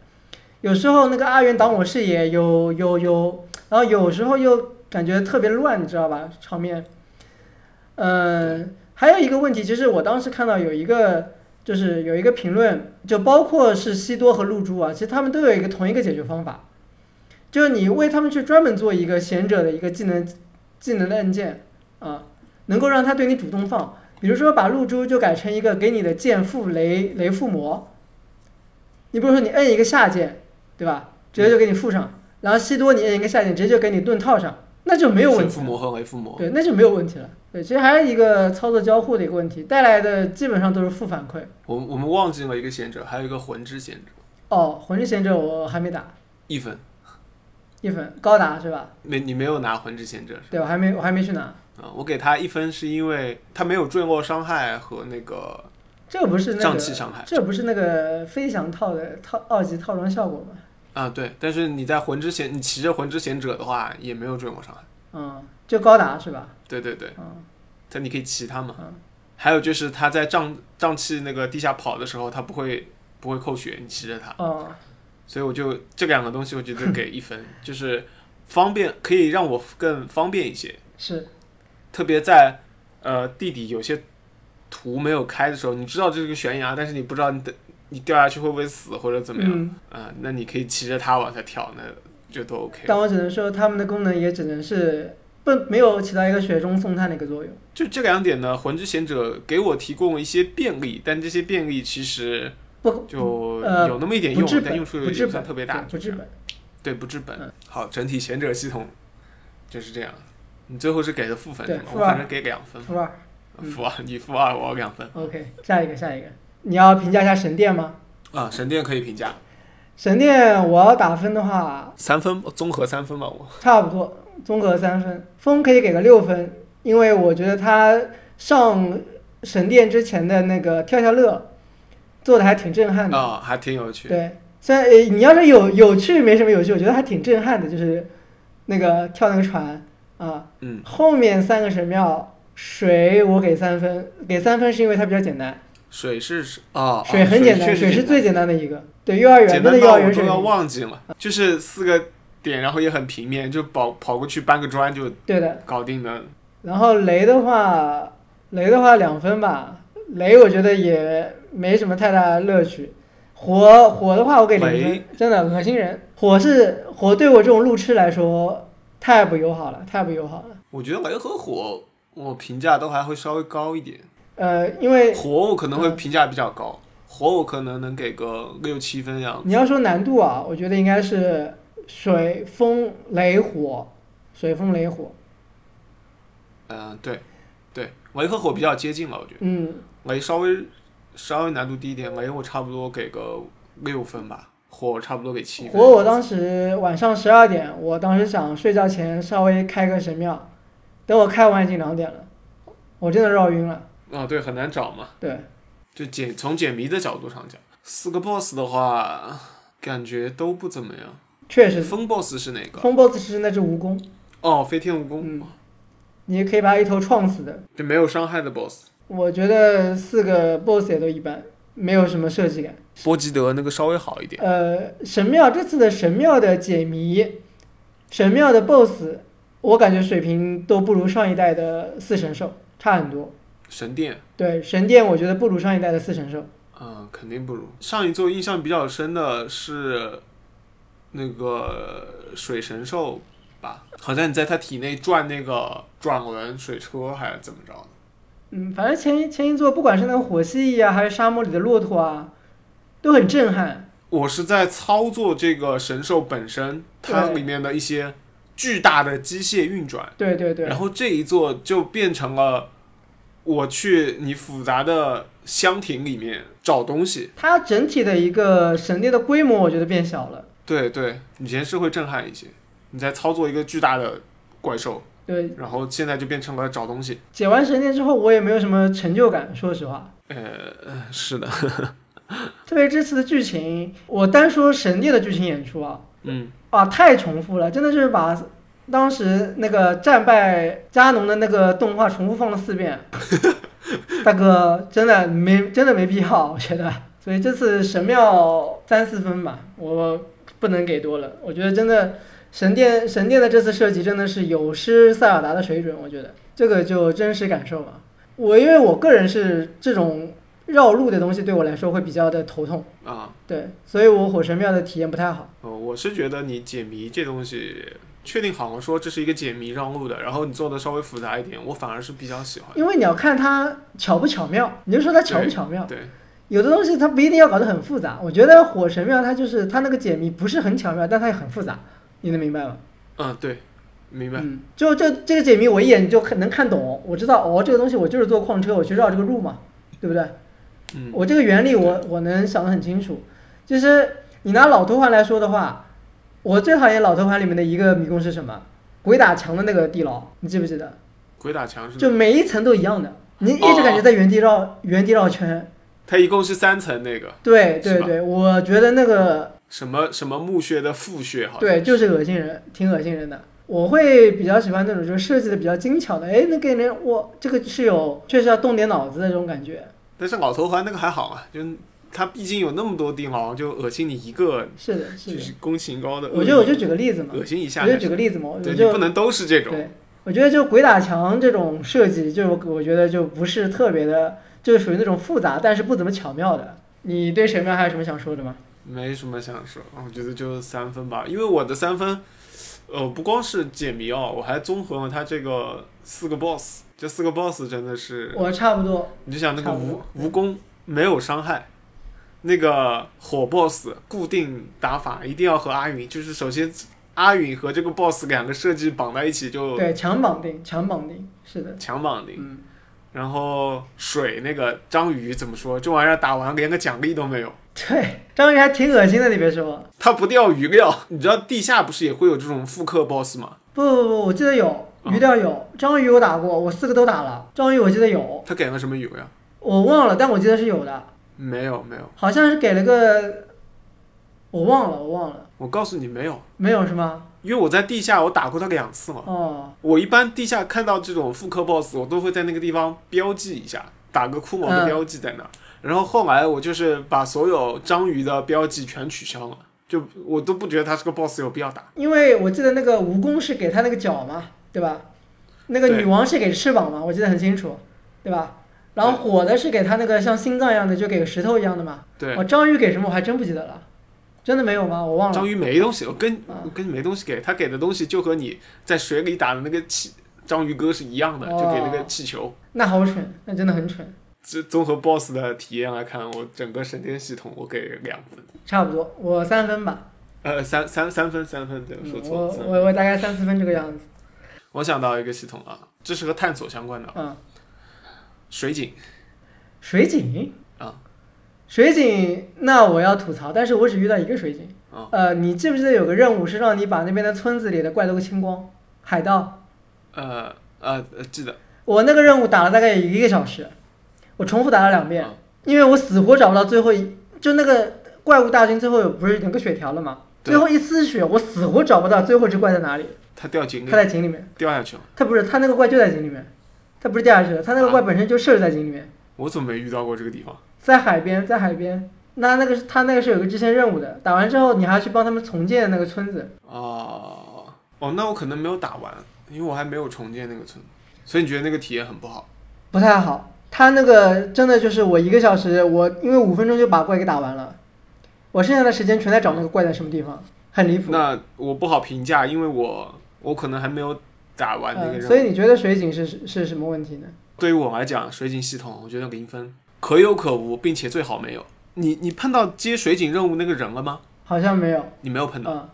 S2: 有时候那个阿元挡我视野，有有有，然后有时候又感觉特别乱，你知道吧？场面。嗯、还有一个问题，其实我当时看到有一个，就是有一个评论，就包括是西多和露珠啊，其实他们都有一个同一个解决方法，就是你为他们去专门做一个贤者的一个技能技能的按键啊，能够让他对你主动放。比如说把露珠就改成一个给你的剑附雷雷附魔，你比如说你摁一个下键，对吧？直接就给你附上，然后西多你摁一个下键，直接就给你盾套上，那就没有问
S1: 水
S2: 题啊
S1: 附
S2: 了。
S1: 魔和雷附魔，
S2: 对，那就没有问题了。对，其实还是一个操作交互的一个问题，带来的基本上都是负反馈。
S1: 我我们忘记了一个贤者，还有一个魂之贤者，
S2: 哦，魂之贤者我还没打
S1: 一分
S2: 一分，高达是吧？
S1: 没你没有拿魂之贤者
S2: 对，我还没我还没去拿，
S1: 啊、我给他一分是因为他没有坠落伤害和那个
S2: 这不是那
S1: 瘴
S2: 个
S1: 气伤害
S2: 这不是那个飞翔套的套二级套装效果吗？
S1: 啊，对，但是你在魂之贤你骑着魂之贤者的话也没有坠落伤害，
S2: 嗯，就高达是吧？
S1: 对对对，
S2: 嗯
S1: 但你可以骑它嘛。
S2: 嗯
S1: 还有就是它在瘴瘴气那个地下跑的时候，它不会不会扣血，你骑着它，
S2: 哦，
S1: 所以我就这两个东西我觉得给一分， *laughs* 就是方便可以让我更方便一些，
S2: 是
S1: 特别在呃地底有些图没有开的时候，你知道这是个悬崖，但是你不知道你的你掉下去会不会死或者怎么样
S2: 嗯，
S1: 啊、那你可以骑着它往下跳，那就都 OK。
S2: 但我只能说它们的功能也只能是不没有起到一个雪中送炭的一个作用。
S1: 就这两点呢，《魂之贤者》给我提供了一些便利，但这些便利其实
S2: 不
S1: 就
S2: 呃
S1: 有那么一点
S2: 不
S1: 用，
S2: 治
S1: 但
S2: 本，
S1: 用处
S2: 不
S1: 也
S2: 治
S1: 不算
S2: 本，
S1: 特别大
S2: 对，不治本。
S1: 对，不治本。
S2: 嗯
S1: 好，整体贤者系统就是这样。你最后是给的负分
S2: 对
S1: 是吗？
S2: 负
S1: 我
S2: 二
S1: 反正给两分，
S2: 初二嗯
S1: 负二，你负二，我两分。
S2: ，OK，下一个，下一个，你要评价一下神殿吗？
S1: 啊，神殿可以评价
S2: 神殿我要打分的话，
S1: 三分，综合三分吧，我。
S2: 差不多，综合三分，风可以给个六分，因为我觉得他上神殿之前的那个跳跳乐做的还挺震撼的。
S1: 啊、还挺有趣。
S2: 对，虽然呃你要是有有趣没什么有趣，我觉得还挺震撼的，就是那个跳那个船啊。
S1: 嗯，
S2: 后面三个神庙水我给三分，给三分是因为它比较简单，
S1: 水是是啊，
S2: 哦水
S1: 啊
S2: 很简单，
S1: 确实
S2: 水
S1: 简
S2: 是最简单的一个。对，幼儿园
S1: 简单
S2: 真的幼
S1: 到
S2: 儿
S1: 我
S2: 园
S1: 都
S2: 水
S1: 要
S2: 平，
S1: 忘记了，就是四个点，然后也很平面，就跑跑过去搬个砖就
S2: 对的。
S1: 搞定了。
S2: 然后雷的话，雷的话两分吧，雷我觉得也没什么太大的乐趣。火火的话，我给零分
S1: 雷，
S2: 真的恶心人。火是火，对我这种路痴来说太不友好了，太不友好了。
S1: 我觉得雷和火，我评价都还会稍微高一点。
S2: 呃，因为
S1: 火我可
S2: 嗯
S1: 能会评价比较高，火我可能能给个六七分样。
S2: 你要说难度啊，我觉得应该是水、风、雷、火，水、风、雷、火。
S1: 嗯、对，对，雷和火比较接近了，我觉
S2: 嗯，
S1: 得雷稍微稍微难度低一点，雷我差不多给个六分吧，火我差不多给七分。
S2: 火我当时晚上十二点，我当时想睡觉前稍微开个神庙，等我开完已经两点了，我真的绕晕了。
S1: 啊、对，很难找嘛。
S2: 对，
S1: 就解从解谜的角度上讲，四个 boss 的话，感觉都不怎么样。
S2: 确实，
S1: 风 boss 是哪个？
S2: 风 boss 是那只蜈蚣，
S1: 哦，飞天蜈蚣，
S2: 嗯，你可以把它一头撞死的。
S1: 就没有伤害的 boss。
S2: 我觉得四个 boss 也都一般，没有什么设计感。
S1: 波吉德那个稍微好一点，
S2: 呃，神庙这次的神庙的解谜，神庙的 BOSS，我感觉水平都不如上一代的四神兽，差很多。
S1: 神殿，
S2: 对，神殿我觉得不如上一代的四神兽。
S1: 嗯，肯定不如。上一座印象比较深的是那个水神兽吧，好像你在它体内转那个转轮水车还是怎么着的。
S2: 嗯，反正前一前一座不管是那个火蜥蜴啊，还是沙漠里的骆驼啊，都很震撼。
S1: 我是在操作这个神兽本身，它
S2: 对
S1: 里面的一些巨大的机械运转。
S2: 对对对，
S1: 然后这一座就变成了我去你复杂的箱庭里面找东西。
S2: 它整体的一个神殿的规模我觉得变小了。
S1: 对对，以前是会震撼一些，你在操作一个巨大的怪兽，
S2: 对，
S1: 然后现在就变成了找东西。
S2: 解完神殿之后，我也没有什么成就感，说实话。
S1: 呃，是的，
S2: 特别这次的剧情，我单说神殿的剧情演出啊，
S1: 嗯，
S2: 啊，太重复了，真的是把当时那个战败加农的那个动画重复放了四遍。大哥，真的没真的没必要，我觉得。所以这次神庙三四分吧，我不能给多了。我觉得真的神殿神殿的这次设计真的是有失塞尔达的水准，我觉得这个就真实感受吧。我因为我个人是这种绕路的东西对我来说会比较的头痛，
S1: 啊，
S2: 对，所以我火神庙的体验不太好。
S1: 呃，我是觉得你解谜这东西。确定好了，说这是一个解谜让路的，然后你做的稍微复杂一点，我反而是比较喜欢。
S2: 因为你要看它巧不巧妙，你就说它巧不巧妙。
S1: 对，
S2: 有的东西它不一定要搞得很复杂。我觉得火神庙它就是它那个解谜不是很巧妙，但它也很复杂，你能明白吗？
S1: 嗯，对，明白。
S2: 嗯，就这这个解谜我一眼就很能看懂，我知道哦，这个东西我就是坐矿车，我去绕这个路嘛，对不对？
S1: 嗯，
S2: 我这个原理我我能想得很清楚。就是你拿老头环来说的话，我最讨厌老头环里面的一个迷宫是什么？鬼打墙的那个地牢，你记不记得？
S1: 鬼打墙是
S2: 就每一层都一样的，你一直感
S1: 哦
S2: 觉在原地绕、原地绕圈。
S1: 它一共是三层那个
S2: 对
S1: 是
S2: 对
S1: 吧
S2: 对，我觉得那个
S1: 什么什么墓穴的腹穴，好像
S2: 对就是恶心人，挺恶心人的。我会比较喜欢那种就是设计的比较精巧的，哎，那给人我这个是有确实要动点脑子的这种感觉。
S1: 但是老头环那个还好啊，就他毕竟有那么多地牢，就恶心你一个，
S2: 是的，是
S1: 就
S2: 的。
S1: 是工情高的恶意，
S2: 我就我就举个例子嘛，
S1: 恶心一下
S2: 我就
S1: 还
S2: 举
S1: 是，
S2: 个例子嘛，我
S1: 对
S2: 就
S1: 你不能都是这种，
S2: 对，我觉得就鬼打墙这种设计，就我我觉得就不是特别的，就是属于那种复杂但是不怎么巧妙的。你对神庙还有什么想说的吗？
S1: 呃没什么想说，我觉得就三分吧，因为我的三分，呃，不光是解谜哦，我还综合了他这个四个 boss，这四个 boss 真的是，
S2: 我差不多，
S1: 你就想那个
S2: 差不
S1: 蜈蜈
S2: 多
S1: 蚣没有伤害，那个火 boss 固定打法一定要和阿允，就是首先阿允和这个 boss 两个设计绑在一起就
S2: 对，强绑定，强绑定，是的，
S1: 强绑定，
S2: 哦嗯，
S1: 然后水那个章鱼怎么说，这玩意儿打完连个奖励都没有。
S2: 对，章鱼还挺恶心的，你别说，
S1: 他不钓鱼料， *laughs* 你知道地下不是也会有这种复刻 boss 吗？
S2: 不不不，我记得有鱼钓有，章鱼我打过，我四个都打了，章鱼我记得有，
S1: 他给了什么鱼呀？
S2: 我忘了，但我记得是有的，
S1: 没有没有，
S2: 好像是给了个，我忘了，我忘了，
S1: 我告诉你没有，
S2: 没有是吗？
S1: 因为我在地下我打过他两次嘛。
S2: 哦，
S1: 我一般地下看到这种复刻 boss，我都会在那个地方标记一下，打个骷髅的
S2: 嗯
S1: 标记在那儿。然后后来我就是把所有章鱼的标记全取消了，就我都不觉得他是个 boss 有必要打。
S2: 因为我记得那个蜈蚣是给他那个脚嘛，对吧？那个
S1: 对
S2: 女王是给翅膀嘛，我记得很清楚，对吧？然后火的是给他那个像心脏一样的，就给石头一样的嘛。
S1: 对，
S2: 哦，章鱼给什么我还真不记得了，真的没有吗？我忘了。
S1: 章鱼没东西，我跟
S2: 嗯
S1: 我跟没东西给他给的东西就和你在水里打的那个气章鱼哥是一样的，就给那个
S2: 哦
S1: 气球。
S2: 那好蠢，那真的很蠢。
S1: 这综合 BOSS 的体验来看，我整个神殿系统我给两分，
S2: 差不多，我三分吧，
S1: 呃，三三三分三分，对，
S2: 嗯
S1: 说错
S2: 我
S1: 了。三分
S2: 我我大概三四分这个样子。
S1: 我想到一个系统啊，这是和探索相关的
S2: 嗯，
S1: 水井
S2: 水井，
S1: 啊，
S2: 水井，那我要吐槽，但是我只遇到一个水井。
S1: 啊
S2: 呃，你记不记得有个任务是让你把那边的村子里的怪都清光？海盗，
S1: 呃呃，呃记得
S2: 我那个任务打了大概有一个小时，我重复打了两遍
S1: 啊，
S2: 因为我死活找不到最后一，就那个怪物大军最后有不是有个血条了吗？
S1: 对
S2: 最后一丝血，我死活找不到最后只怪在哪里。
S1: 他掉井里
S2: 他在井里面，
S1: 掉下去了，
S2: 他不是他那个怪就在井里面，他不是掉下去的，他
S1: 啊
S2: 那个怪本身就设置在井里面，
S1: 我怎么没遇到过这个地方？
S2: 在海边，在海边。那那个是他那个是有个支线任务的，打完之后你还要去帮他们重建那个村子。
S1: 哦哦，那我可能没有打完，因为我还没有重建那个村，所以你觉得那个体验很不好？
S2: 不太好。他那个真的就是我一个小时，我因为五分钟就把怪给打完了，我剩下的时间全在找那个怪在什么地方，很离谱。
S1: 那我不好评价，因为我我可能还没有打完那个
S2: 嗯，
S1: 任务。
S2: 所以你觉得水井是是是什么问题呢？
S1: 对于我来讲，水井系统我觉得零分，可有可无，并且最好没有。你你碰到接水井任务那个人了吗？
S2: 好像没有。
S1: 你没有碰到，
S2: 嗯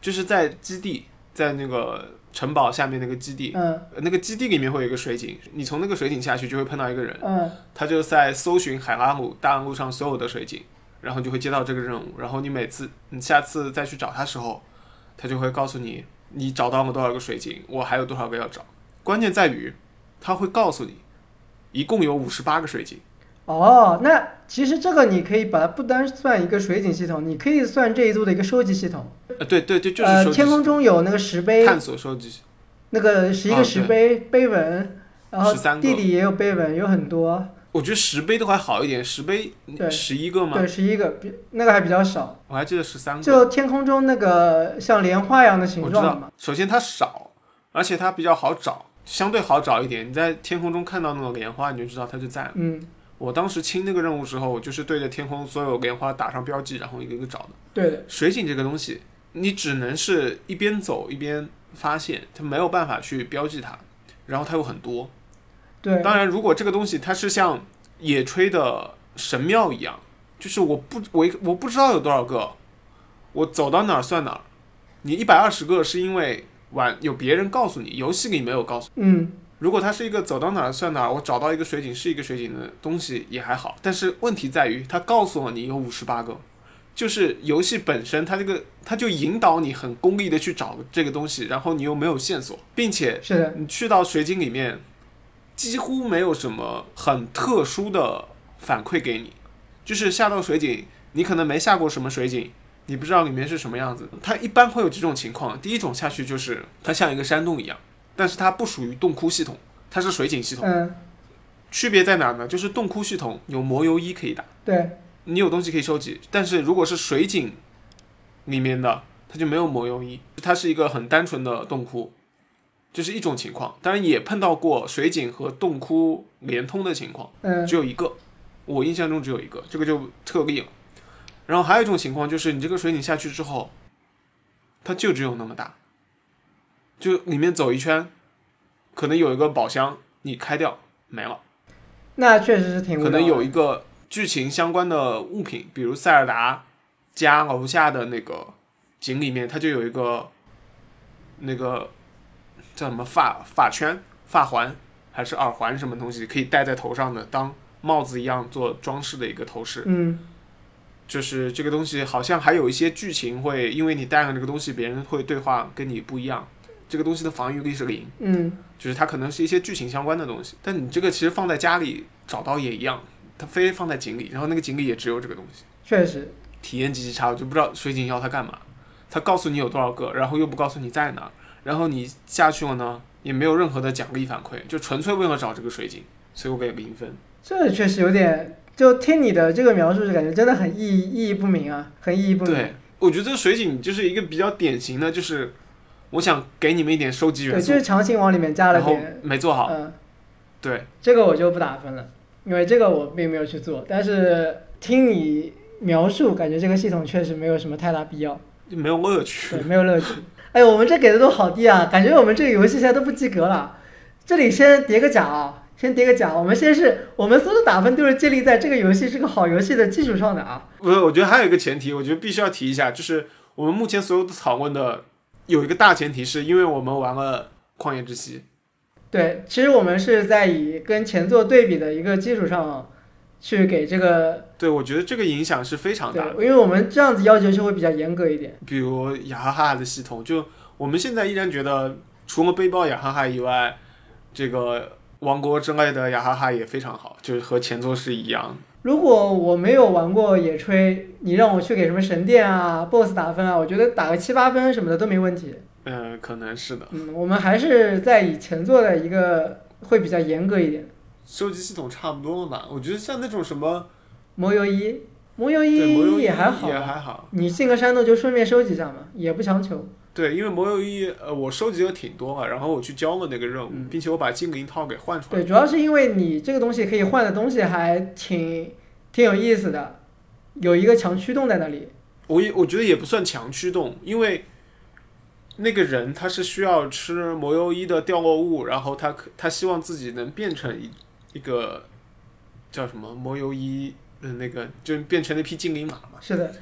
S1: 就是在基地，在那个城堡下面那个基地，
S2: 嗯
S1: 呃那个基地里面会有一个水井，你从那个水井下去就会碰到一个人，
S2: 嗯
S1: 他就在搜寻海拉姆大陆上所有的水井，然后你就会接到这个任务，然后你每次你下次再去找他时候，他就会告诉你你找到了多少个水井，我还有多少个要找。关键在于他会告诉你，一共有五十八个水井。
S2: 哦，那其实这个你可以把它不单算一个水井系统，你可以算这一度的一个收集系统。
S1: 呃，对对对，就是
S2: 呃，
S1: 收集
S2: 天空中有那个石碑，
S1: 探索收集系
S2: 那个十一
S1: 啊
S2: 个石碑、碑文，然后
S1: 13个
S2: 地理也有碑文，有很多，
S1: 我觉得石碑都还好一点，石碑
S2: 对
S1: 十一个嘛
S2: 对，，十一个，比那个还比较少。
S1: 我还记得十三个。
S2: 就天空中那个像莲花一样的
S1: 我
S2: 形
S1: 知
S2: 状嘛
S1: 道，，首先它少，而且它比较好找，相对好找一点。你在天空中看到那种莲花，你就知道它就在了。
S2: 嗯，
S1: 我当时清那个任务时候，我就是对着天空所有莲花打上标记，然后一个一个找的。
S2: 对的，
S1: 水井这个东西，你只能是一边走一边发现，它没有办法去标记它，然后它有很多。
S2: 对，
S1: 当然，如果这个东西它是像野炊的神庙一样，就是我不我一我不知道有多少个，我走到哪儿算哪儿。你一百二十个是因为玩有别人告诉你，游戏里没有告诉你。
S2: 嗯，
S1: 如果它是一个走到哪儿算哪儿，我找到一个水井是一个水井的东西也还好，但是问题在于它告诉了你有五十八个，就是游戏本身它这个它就引导你很功利的去找这个东西，然后你又没有线索，并且
S2: 是的，
S1: 你去到水井里面，几乎没有什么很特殊的反馈给你，就是下到水井，你可能没下过什么水井，你不知道里面是什么样子。它一般会有几种情况，第一种下去就是它像一个山洞一样，但是它不属于洞窟系统，它是水井系统。
S2: 嗯，
S1: 区别在哪呢？就是洞窟系统有魔油衣可以打，
S2: 对，
S1: 你有东西可以收集，但是如果是水井里面的，它就没有魔油衣，它是一个很单纯的洞窟，这、是一种情况。当然也碰到过水井和洞窟连通的情况，
S2: 嗯，
S1: 只有一个。我印象中只有一个，这个就特例了。然后还有一种情况就是，你这个水井下去之后，它就只有那么大，就里面走一圈，可能有一个宝箱，你开掉没了，
S2: 那确实是挺无
S1: 可
S2: 聊的
S1: 能有一个剧情相关的物品，比如塞尔达家楼下的那个井里面，它就有一个那个叫什么发发圈、发环还是耳环什么东西，可以戴在头上的，当帽子一样做装饰的一个头饰。
S2: 嗯，
S1: 就是这个东西好像还有一些剧情会，因为你戴上这个东西，别人会对话跟你不一样。这个东西的防御力是零，
S2: 嗯，
S1: 就是它可能是一些剧情相关的东西。但你这个其实放在家里找到也一样，它非放在井里，然后那个井里也只有这个东西，
S2: 确实，
S1: 体验极其差。我就不知道水井要它干嘛，它告诉你有多少个，然后又不告诉你在哪儿，然后你下去了呢，也没有任何的奖励反馈，就纯粹为了找这个水井，所以我给零分。
S2: 这确实有点，就听你的这个描述，就感觉真的很意义意义不明啊，很意义不明。
S1: 对，我觉得这水井就是一个比较典型的，就是我想给你们一点收集
S2: 对，
S1: 元素
S2: 就，是强行往里面加了
S1: 然后
S2: 点，
S1: 没做好。
S2: 嗯，
S1: 对，
S2: 这个我就不打分了，因为这个我并没有去做，但是听你描述，感觉这个系统确实没有什么太大必要，
S1: 就没有乐趣
S2: 对，。没有乐趣。 *laughs* 哎呦，我们这给的都好低啊，感觉我们这个游戏现在都不及格了。这里先叠个甲啊，先叠个甲。我们先是我们所有的打分都是建立在这个游戏是个好游戏的基础上的啊。
S1: 不是，我觉得还有一个前提，我觉得必须要提一下，就是我们目前所有的讨论的有一个大前提，是因为我们玩了《旷野之息》，
S2: 对，其实我们是在以跟前作对比的一个基础上，去给这个
S1: 对我觉得这个影响是非常大的。
S2: 对，因为我们这样子要求就会比较严格一点。
S1: 比如雅哈哈的系统，就我们现在依然觉得，除了背包雅哈哈以外，这个王国之类的雅哈哈也非常好，就是和前作是一样的。
S2: 如果我没有玩过野炊，你让我去给什么神殿啊、BOSS 打分啊，我觉得打个七八分什么的都没问题。
S1: 嗯，可能是的。
S2: 嗯，我们还是在以前作的一个会比较严格一点。
S1: 收集系统差不多了吧？我觉得像那种什么，
S2: 魔游一，魔游
S1: 对，魔游
S2: 一
S1: 一
S2: 也还好
S1: 也
S2: 吧，
S1: 还好。
S2: 你进个山洞就顺便收集一下嘛，也不强求。
S1: 对，因为魔游一，呃，我收集了挺多了，然后我去交了那个任务，并且我把精灵套给换出来。
S2: 对，主要是因为你这个东西可以换的东西还挺挺有意思的，有一个强驱动在那里。
S1: 我也我觉得也不算强驱动，因为那个人他是需要吃魔游一的掉落物，然后他可他希望自己能变成一一个叫什么魔游一的那个，就变成那匹精灵马嘛。
S2: 是的，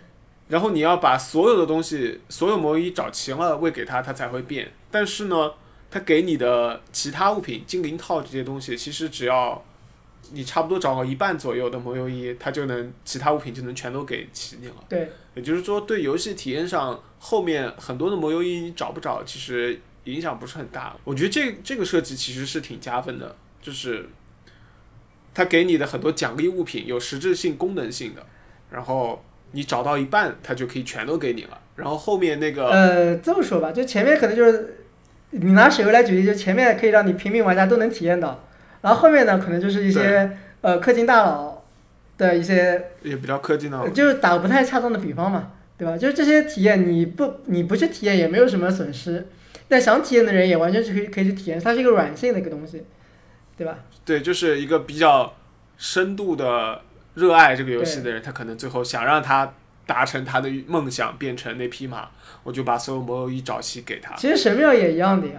S1: 然后你要把所有的东西，所有魔衣找齐了喂给它，它才会变。但是呢，它给你的其他物品、精灵套这些东西，其实只要你差不多找到一半左右的魔游衣，它就能其他物品就能全都给齐你了。
S2: 对，
S1: 也就是说，对游戏体验上，后面很多的魔游衣你找不找，其实影响不是很大。我觉得这这个设计其实是挺加分的，就是它给你的很多奖励物品有实质性、功能性的，然后你找到一半，它就可以全都给你了。然后后面那个，
S2: 呃，这么说吧，就前面可能就是你拿手游来举例，就前面可以让你平民玩家都能体验到，然后后面呢，可能就是一些呃氪金大佬的一些，
S1: 也比较氪金的，
S2: 就是打个不太恰当的比方嘛，对吧？就是这些体验，你不你不去体验也没有什么损失，但想体验的人也完全是可以可以去体验，它是一个软性的一个东西，对吧？
S1: 对，就是一个比较深度的热爱这个游戏的人，他可能最后想让他达成他的梦想，变成那匹马，我就把所有魔游衣找齐给他。
S2: 其实神庙也一样的呀，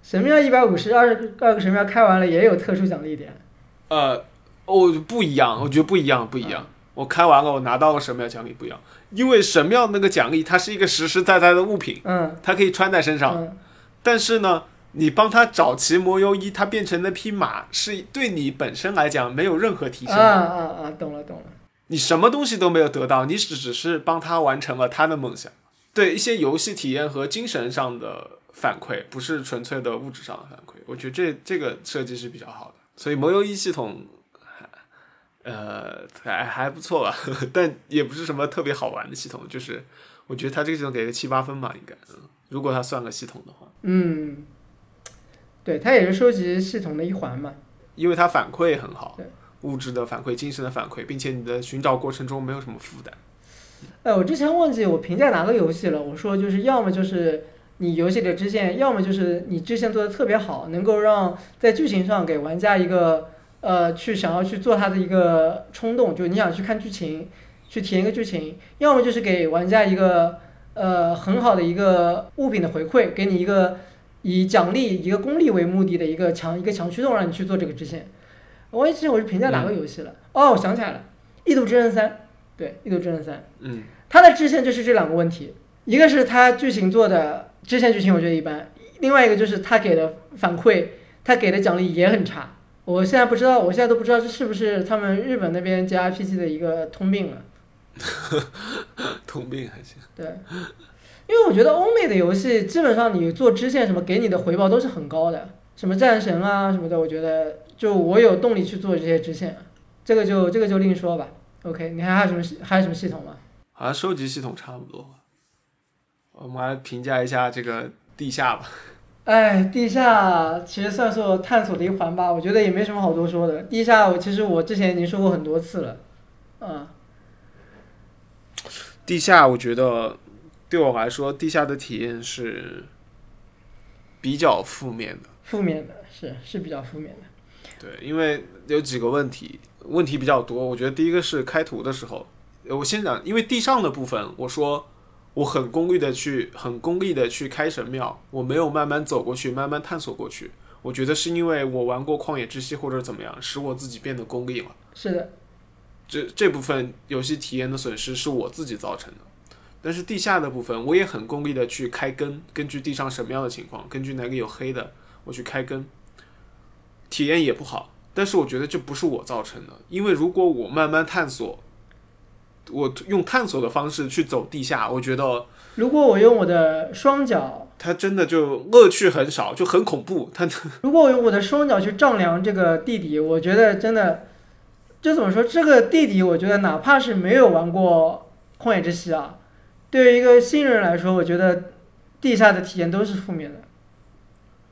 S2: 神庙一百五十二二个神庙开完了也有特殊奖励点，
S1: 呃，我不一样，我觉得不一样，不一样。我开完了，我拿到了神庙奖励不一样，因为神庙那个奖励它是一个实实在在的物品，
S2: 嗯，
S1: 它可以穿在身上。
S2: 嗯，
S1: 但是呢，你帮他找齐魔优一，它变成那匹马，是对你本身来讲没有任何提升
S2: 啊
S1: 的。
S2: 啊啊，懂了懂了。
S1: 你什么东西都没有得到，你只只是帮他完成了他的梦想。对一些游戏体验和精神上的反馈，不是纯粹的物质上的反馈。我觉得这这个设计是比较好的，所以魔游一系统，呃，还还不错吧， *laughs* 但也不是什么特别好玩的系统。就是我觉得它这个系统给个七八分吧，应该，嗯如果它算个系统的话，
S2: 嗯，对，它也是收集系统的一环嘛。
S1: 因为它反馈很好
S2: 对，
S1: 物质的反馈、精神的反馈，并且你的寻找过程中没有什么负担。
S2: 哎，我之前忘记我评价哪个游戏了，我说就是要么就是你游戏里的支线，要么就是你支线做的特别好，能够让在剧情上给玩家一个呃去想要去做它的一个冲动，就是你想去看剧情，去体验一个剧情；要么就是给玩家一个呃很好的一个物品的回馈，给你一个以奖励一个功利为目的的一个强一个强驱动，让你去做这个支线。我之前我是评价哪个游戏了？哦，我想起来了，《异度之刃三》。对，《异度之刃三》。
S1: 嗯
S2: 它的支线就是这两个问题，一个是它剧情做的支线剧情我觉得一般，另外一个就是它给的反馈，它给的奖励也很差。我现在不知道，我现在都不知道这是不是他们日本那边 JRPG 的一个通病了。
S1: 通病还行。
S2: 对，因为我觉得欧美的游戏基本上你做支线什么给你的回报都是很高的，什么战神啊什么的，我觉得就我有动力去做这些支线，这个就这个就另说吧。OK，你还还有什么系还有什么系统吗？
S1: 好像收集系统差不多吧。我们来评价一下这个地下吧。
S2: 哎，地下其实算是我探索的一环吧，我觉得也没什么好多说的。地下，我其实我之前已经说过很多次了，嗯，
S1: 地下，我觉得对我来说，地下的体验是比较负面的。
S2: 负面的是是比较负面的。
S1: 对，因为有几个问题，问题比较多。我觉得第一个是开图的时候，呃我先讲，因为地上的部分，我说我很功利的去，很功利的去开神庙，我没有慢慢走过去，慢慢探索过去。我觉得是因为我玩过旷野之息或者怎么样，使我自己变得功利了。
S2: 是的，
S1: 这这部分游戏体验的损失是我自己造成的。但是地下的部分，我也很功利的去开根，根据地上什么样的情况，根据哪个有黑的，我去开根，体验也不好。但是我觉得这不是我造成的，因为如果我慢慢探索，我用探索的方式去走地下，我觉得
S2: 如果我用我的双脚， *laughs*
S1: 它真的就乐趣很少，就很恐怖。它
S2: 如果我用我的双脚去丈量这个地底，我觉得真的，这怎么说？这个地底，我觉得哪怕是没有玩过《旷野之息》啊，对于一个新人来说，我觉得地下的体验都是负面的。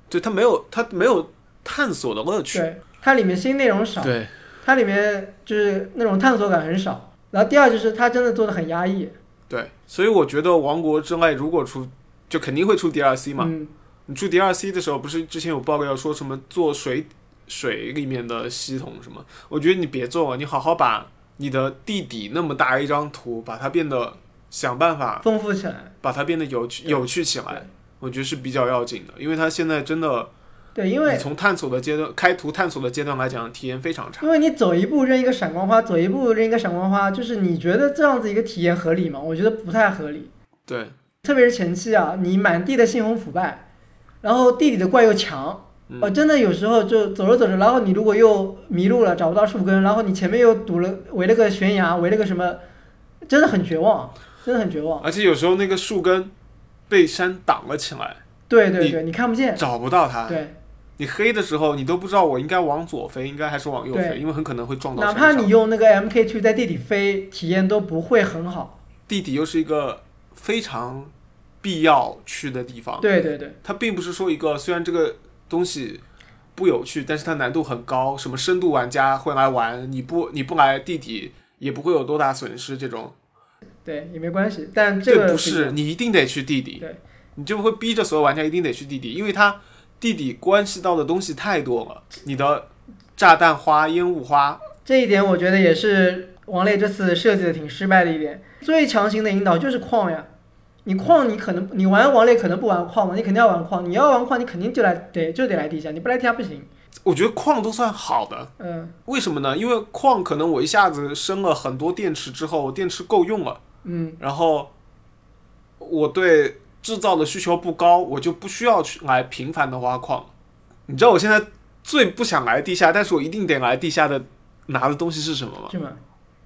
S1: 对它没有它没有探索的乐趣。
S2: 对，它里面新内容少。
S1: 对，
S2: 它里面就是那种探索感很少。然后第二就是它真的做的很压抑，
S1: 对，所以我觉得《王国之泪》如果出，就肯定会出 DLC 嘛。
S2: 嗯，
S1: 你出 DLC 的时候，不是之前有报告要说什么做水水里面的系统什么？我觉得你别做了，你好好把你的地底那么大一张图，把它变得想办法
S2: 丰富起来。
S1: 把它变得有趣有趣起来，我觉得是比较要紧的，因为它现在真的，
S2: 对，因为
S1: 你从探索的阶段开图探索的阶段来讲，体验非常差。
S2: 因为你走一步扔一个闪光花，走一步扔一个闪光花，就是你觉得这样子一个体验合理吗？我觉得不太合理。
S1: 对，
S2: 特别是前期啊，你满地的猩红腐败，然后地里的怪又强，
S1: 嗯
S2: 哦，真的有时候就走着走着，然后你如果又迷路了，找不到树根，然后你前面又堵了围了个悬崖，围了个什么，真的很绝望，真的很绝望。
S1: 而且有时候那个树根被山挡了起来，
S2: 对对对，你看不见，
S1: 找不到它。
S2: 对。
S1: 你黑的时候，你都不知道我应该往左飞，应该还是往右飞，
S2: 对
S1: 因为很可能会撞到
S2: 哪
S1: 山
S2: 怕
S1: 上。
S2: 你用那个 MK 去在地底飞，体验都不会很好。
S1: 地底又是一个非常必要去的地方。
S2: 对对对，
S1: 它并不是说一个虽然这个东西不有趣，但是它难度很高，什么深度玩家会来玩，你不你不来地底也不会有多大损失。这种
S2: 对也没关系，但嗯这个
S1: 不是你一定得去地底
S2: 对，
S1: 你就会逼着所有玩家一定得去地底，因为它地底关系到的东西太多了，你的炸弹花、烟雾花，
S2: 这一点我觉得也是王磊这次设计的挺失败的一点。最强行的引导就是矿呀，你矿你可能你玩王磊可能不玩矿嘛，你肯定要玩矿，你要玩矿你肯定就来得就得来地下，你不来地下不行。
S1: 我觉得矿都算好的。
S2: 嗯
S1: 为什么呢？因为矿可能我一下子升了很多电池之后，我电池够用了，
S2: 嗯，
S1: 然后我对制造的需求不高，我就不需要去来频繁的挖矿。你知道我现在最不想来地下，但是我一定得来地下的拿的东西是什么吗？
S2: 是吗？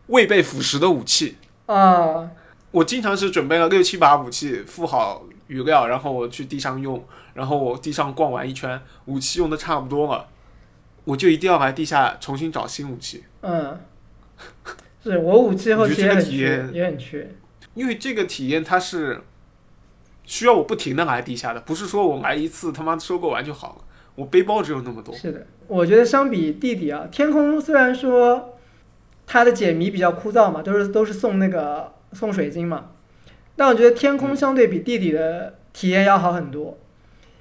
S1: 未被腐蚀的武器。
S2: 啊，
S1: 我经常是准备了六七把武器，付好余料，然后我去地上用，然后我地上逛完一圈，武器用的差不多了，我就一定要来地下重新找新武器。
S2: 嗯， *laughs* 是我武器后期也很
S1: 你觉得这个
S2: 缺，
S1: 体
S2: 也很缺。
S1: 因为这个体验它是需要我不停的来地下的，不是说我来一次他妈收购完就好了。我背包只有那么多，
S2: 是的，我觉得相比地底啊，天空虽然说它的解谜比较枯燥嘛，都是都是送那个送水晶嘛，但我觉得天空相对比地底的体验要好很多。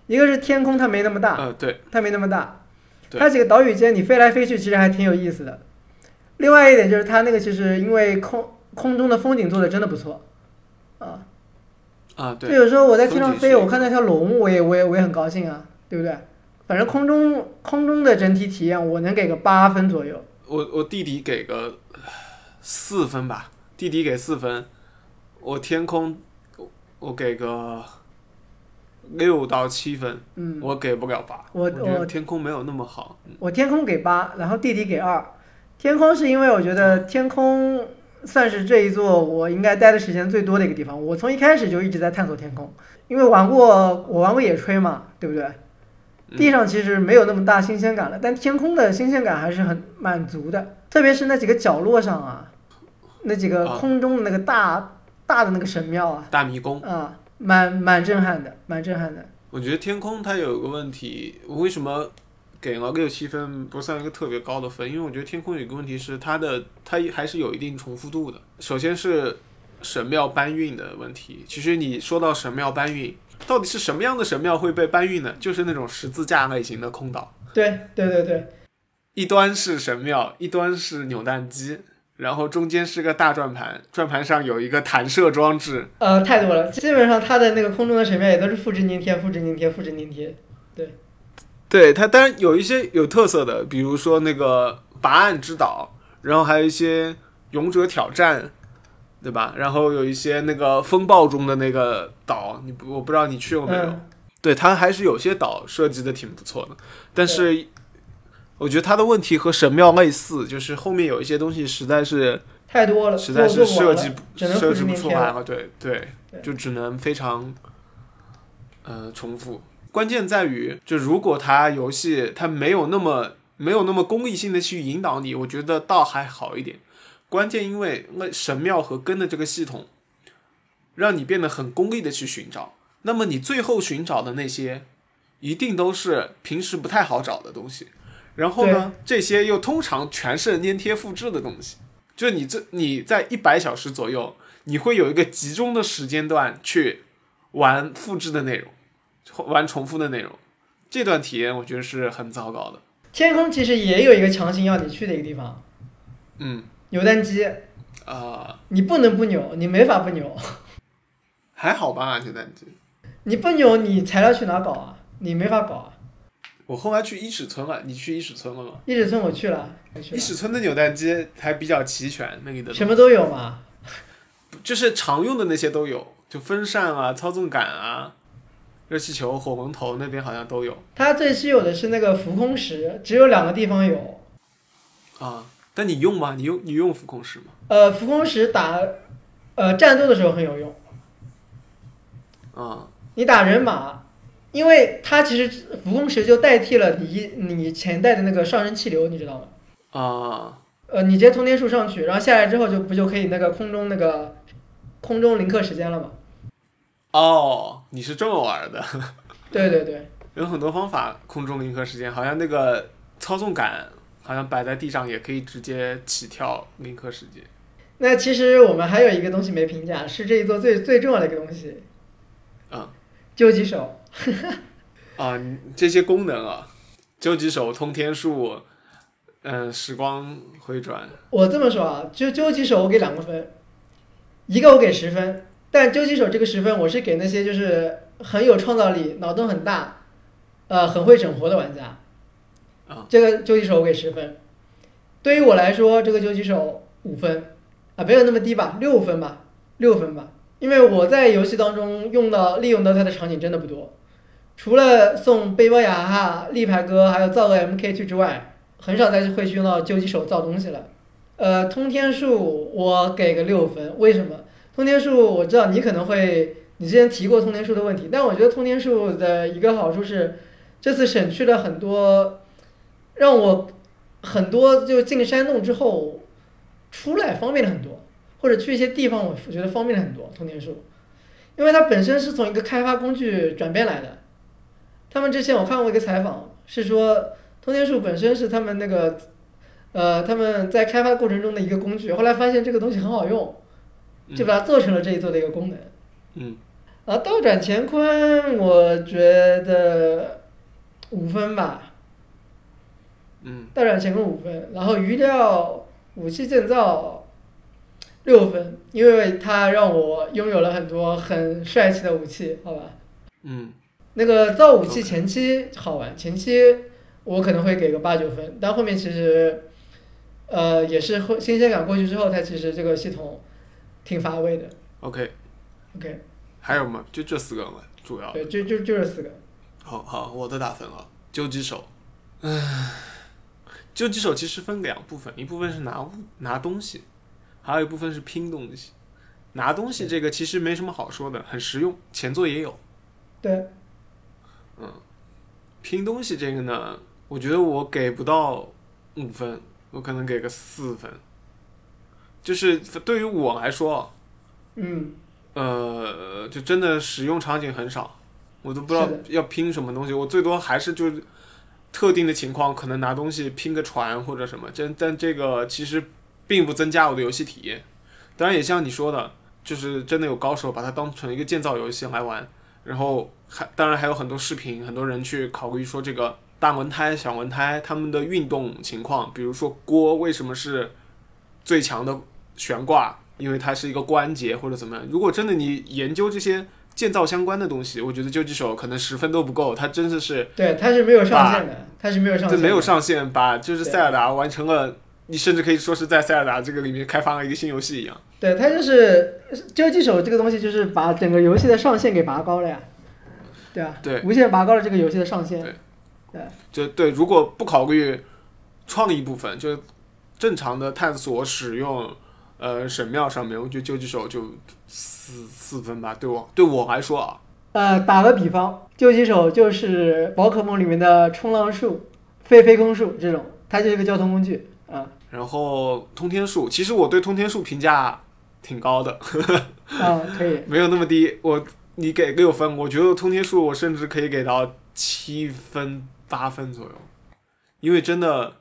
S2: 一个是天空它没那么大，
S1: 呃，对，
S2: 它没那么大，
S1: 对
S2: 它几个岛屿间你飞来飞去，其实还挺有意思的。另外一点就是它那个其实因为空空中的风景做的真的不错，啊，
S1: 啊，
S2: 就
S1: 对，
S2: 有时候我在天上
S1: 风景
S2: 飞，
S1: 是
S2: 我看到一条龙，我也我也我也很高兴啊，对不对？反正空中空中的整体体验，我能给个八分左右。
S1: 我我弟弟给个呃四分吧，弟弟给四分，我天空我我给个六到七分，
S2: 嗯，
S1: 我给不了八，
S2: 我
S1: 我觉
S2: 我
S1: 得天空没有那么好，
S2: 我天空给八，然后地底给二。天空是因为我觉得天空算是这一座我应该待的时间最多的一个地方。我从一开始就一直在探索天空，因为玩过我玩过野炊嘛，对不对？
S1: 嗯
S2: 地上其实没有那么大新鲜感了，但天空的新鲜感还是很满足的，特别是那几个角落上啊，那几个
S1: 啊
S2: 空中的那个大大的那个神庙啊，
S1: 大迷宫。
S2: 啊，蛮蛮震撼的，蛮震撼的。
S1: 我觉得天空它有个问题，我为什么给了六七分不算一个特别高的分？因为我觉得天空有个问题是它的它还是有一定重复度的。首先是神庙搬运的问题。其实你说到神庙搬运，到底是什么样的神庙会被搬运呢？就是那种十字架类型的空岛，
S2: 对对对对，
S1: 一端是神庙，一端是扭蛋机，然后中间是个大转盘，转盘上有一个弹射装置。
S2: 呃，太多了，基本上它的那个空中的神庙也都是复制粘贴、复制粘贴、复制粘贴。
S1: 对它，当然有一些有特色的，比如说那个拔岸之岛，然后还有一些勇者挑战，对吧？然后有一些那个风暴中的那个岛，你不我不知道你去过没有？
S2: 嗯，
S1: 对，它还是有些岛设计的挺不错的，但是我觉得它的问题和神庙类似，就是后面有一些东西实在是
S2: 太多了，
S1: 实在是
S2: 做做不
S1: 设
S2: 完
S1: 计
S2: 了
S1: 不
S2: 只能复
S1: 设
S2: 制
S1: 置
S2: 粘
S1: 不出
S2: 贴
S1: 来
S2: 了。
S1: 了，对对
S2: 对，
S1: 就只能非常呃重复。关键在于，就如果它游戏它没有那么没有那么功利性的去引导你，我觉得倒还好一点。关键因为那神庙和根的这个系统，让你变得很功利的去寻找，那么你最后寻找的那些，一定都是平时不太好找的东西。然后呢，这些又通常全是粘贴复制的东西。就你这你在一百小时左右，你会有一个集中的时间段去玩复制的内容，玩重复的内容。这段体验我觉得是很糟糕的。
S2: 天空其实也有一个强行要你去的一个地方，
S1: 嗯
S2: 扭蛋机，
S1: 啊、
S2: 你不能不扭，你没法不扭，
S1: 还好吧，扭蛋机。
S2: 你不扭你材料去哪搞啊？你没法搞啊！
S1: 我后来去伊始村了，你去伊始村了吗？
S2: 一指村我去了，我去
S1: 伊
S2: 了
S1: 始村的扭蛋机还比较齐全，那里的
S2: 什么都有嘛。
S1: 就是常用的那些都有，就风扇啊、操纵杆啊、热气球、火龙头那边好像都有
S2: 它最稀有的是那个浮空石，只有两个地方有。
S1: 啊。但你用吗？你用你用浮空石吗？
S2: 呃，浮空石打，呃，战斗的时候很有用。
S1: 啊，
S2: 你打人马，因为它其实浮空石就代替了你一你前代的那个上升气流，你知道吗？
S1: 啊，
S2: 呃，你直接通天术上去，然后下来之后就不就可以那个空中那个空中临刻时间了吗？
S1: 哦，你是这么玩的， *laughs*
S2: 对对对，
S1: 有很多方法空中临刻时间，好像那个操纵杆好像摆在地上也可以直接起跳临刻时间。
S2: 那其实我们还有一个东西没评价，是这一座最最重要的一个东西，
S1: 啊
S2: 究极手。
S1: 啊，你这些功能啊，究极手、通天术，嗯、时光回转，
S2: 我这么说啊，就究极手我给两个分，一个我给十分，但究极手这个十分我是给那些就是很有创造力、脑洞很大、呃很会整活的玩家。
S1: 啊
S2: 这个究极手我给十分，对于我来说，这个究极手五分啊，没有那么低吧，六分吧，六分吧，因为我在游戏当中用到利用到它的场景真的不多，除了送背包雅哈、立牌哥还有造个 MK 去之外，很少再会去用到究极手造东西了。呃，通天术我给个六分，为什么？通天术我知道你可能会，你之前提过通天术的问题，但我觉得通天术的一个好处是，这次省去了很多，让我很多就进山洞之后出来方便了很多，或者去一些地方我觉得方便了很多。通天术，因为它本身是从一个开发工具转变来的，他们之前我看过一个采访，是说通天术本身是他们那个呃，他们在开发过程中的一个工具，后来发现这个东西很好用，
S1: 嗯
S2: 就把它做成了这一座的一个功能。
S1: 嗯，
S2: 啊，倒转乾坤，我觉得五分吧。
S1: 嗯
S2: 大展乾坤五分，然后余料武器建造六分，因为它让我拥有了很多很帅气的武器，好吧？
S1: 嗯
S2: 那个造武器前期好玩，前期我可能会给个八九分，但后面其实，呃，也是后新鲜感过去之后，它其实这个系统挺乏味的。
S1: ，OK，
S2: OK，
S1: 还有吗？就这四个了，主要。
S2: 对，就就就是四个，
S1: 好好，我的打分啊，究极手，唉，究极手其实分两部分，一部分是拿物拿东西，还有一部分是拼东西。拿东西这个其实没什么好说的，很实用，前作也有。
S2: 对，
S1: 拼东西这个呢，我觉得我给不到五分，我可能给个四分。就是对于我来说，啊
S2: 嗯，
S1: 呃，就真的使用场景很少，我都不知道
S2: 是的
S1: 要拼什么东西。我最多还是就是特定的情况，可能拿东西拼个船或者什么。这但这个其实并不增加我的游戏体验。当然也像你说的，就是真的有高手把它当成一个建造游戏来玩，然后还当然还有很多视频，很多人去考虑说这个大轮胎、小轮胎它们的运动情况，比如说锅为什么是最强的悬挂，因为它是一个关节或者怎么样。如果真的你研究这些建造相关的东西，我觉得究极手可能十分都不够，它真的是
S2: 对，它是没有上限的，它是没有上
S1: 这
S2: 限的，
S1: 没有上限，把就是
S2: 对
S1: 塞尔达完成了，你甚至可以说是在塞尔达这个里面开发了一个新游戏一样。
S2: 对，它就是究极手这个东西，就是把整个游戏的上限给拔高了呀，对啊，
S1: 对
S2: 无限拔高了这个游戏的上限，
S1: 对
S2: 对，
S1: 就对，如果不考虑创意部分，就正常的探索使用。呃，神庙上面，我觉得究极手就四四分吧，对我对我来说啊，
S2: 呃，打个比方，究极手就是宝可梦里面的冲浪术、飞飞空术这种，它就是个交通工具啊
S1: 然后通天术，其实我对通天术评价挺高的，
S2: 啊，可以。
S1: 没有那么低。我你给六分，我觉得通天术我甚至可以给到七分八分左右，因为真的、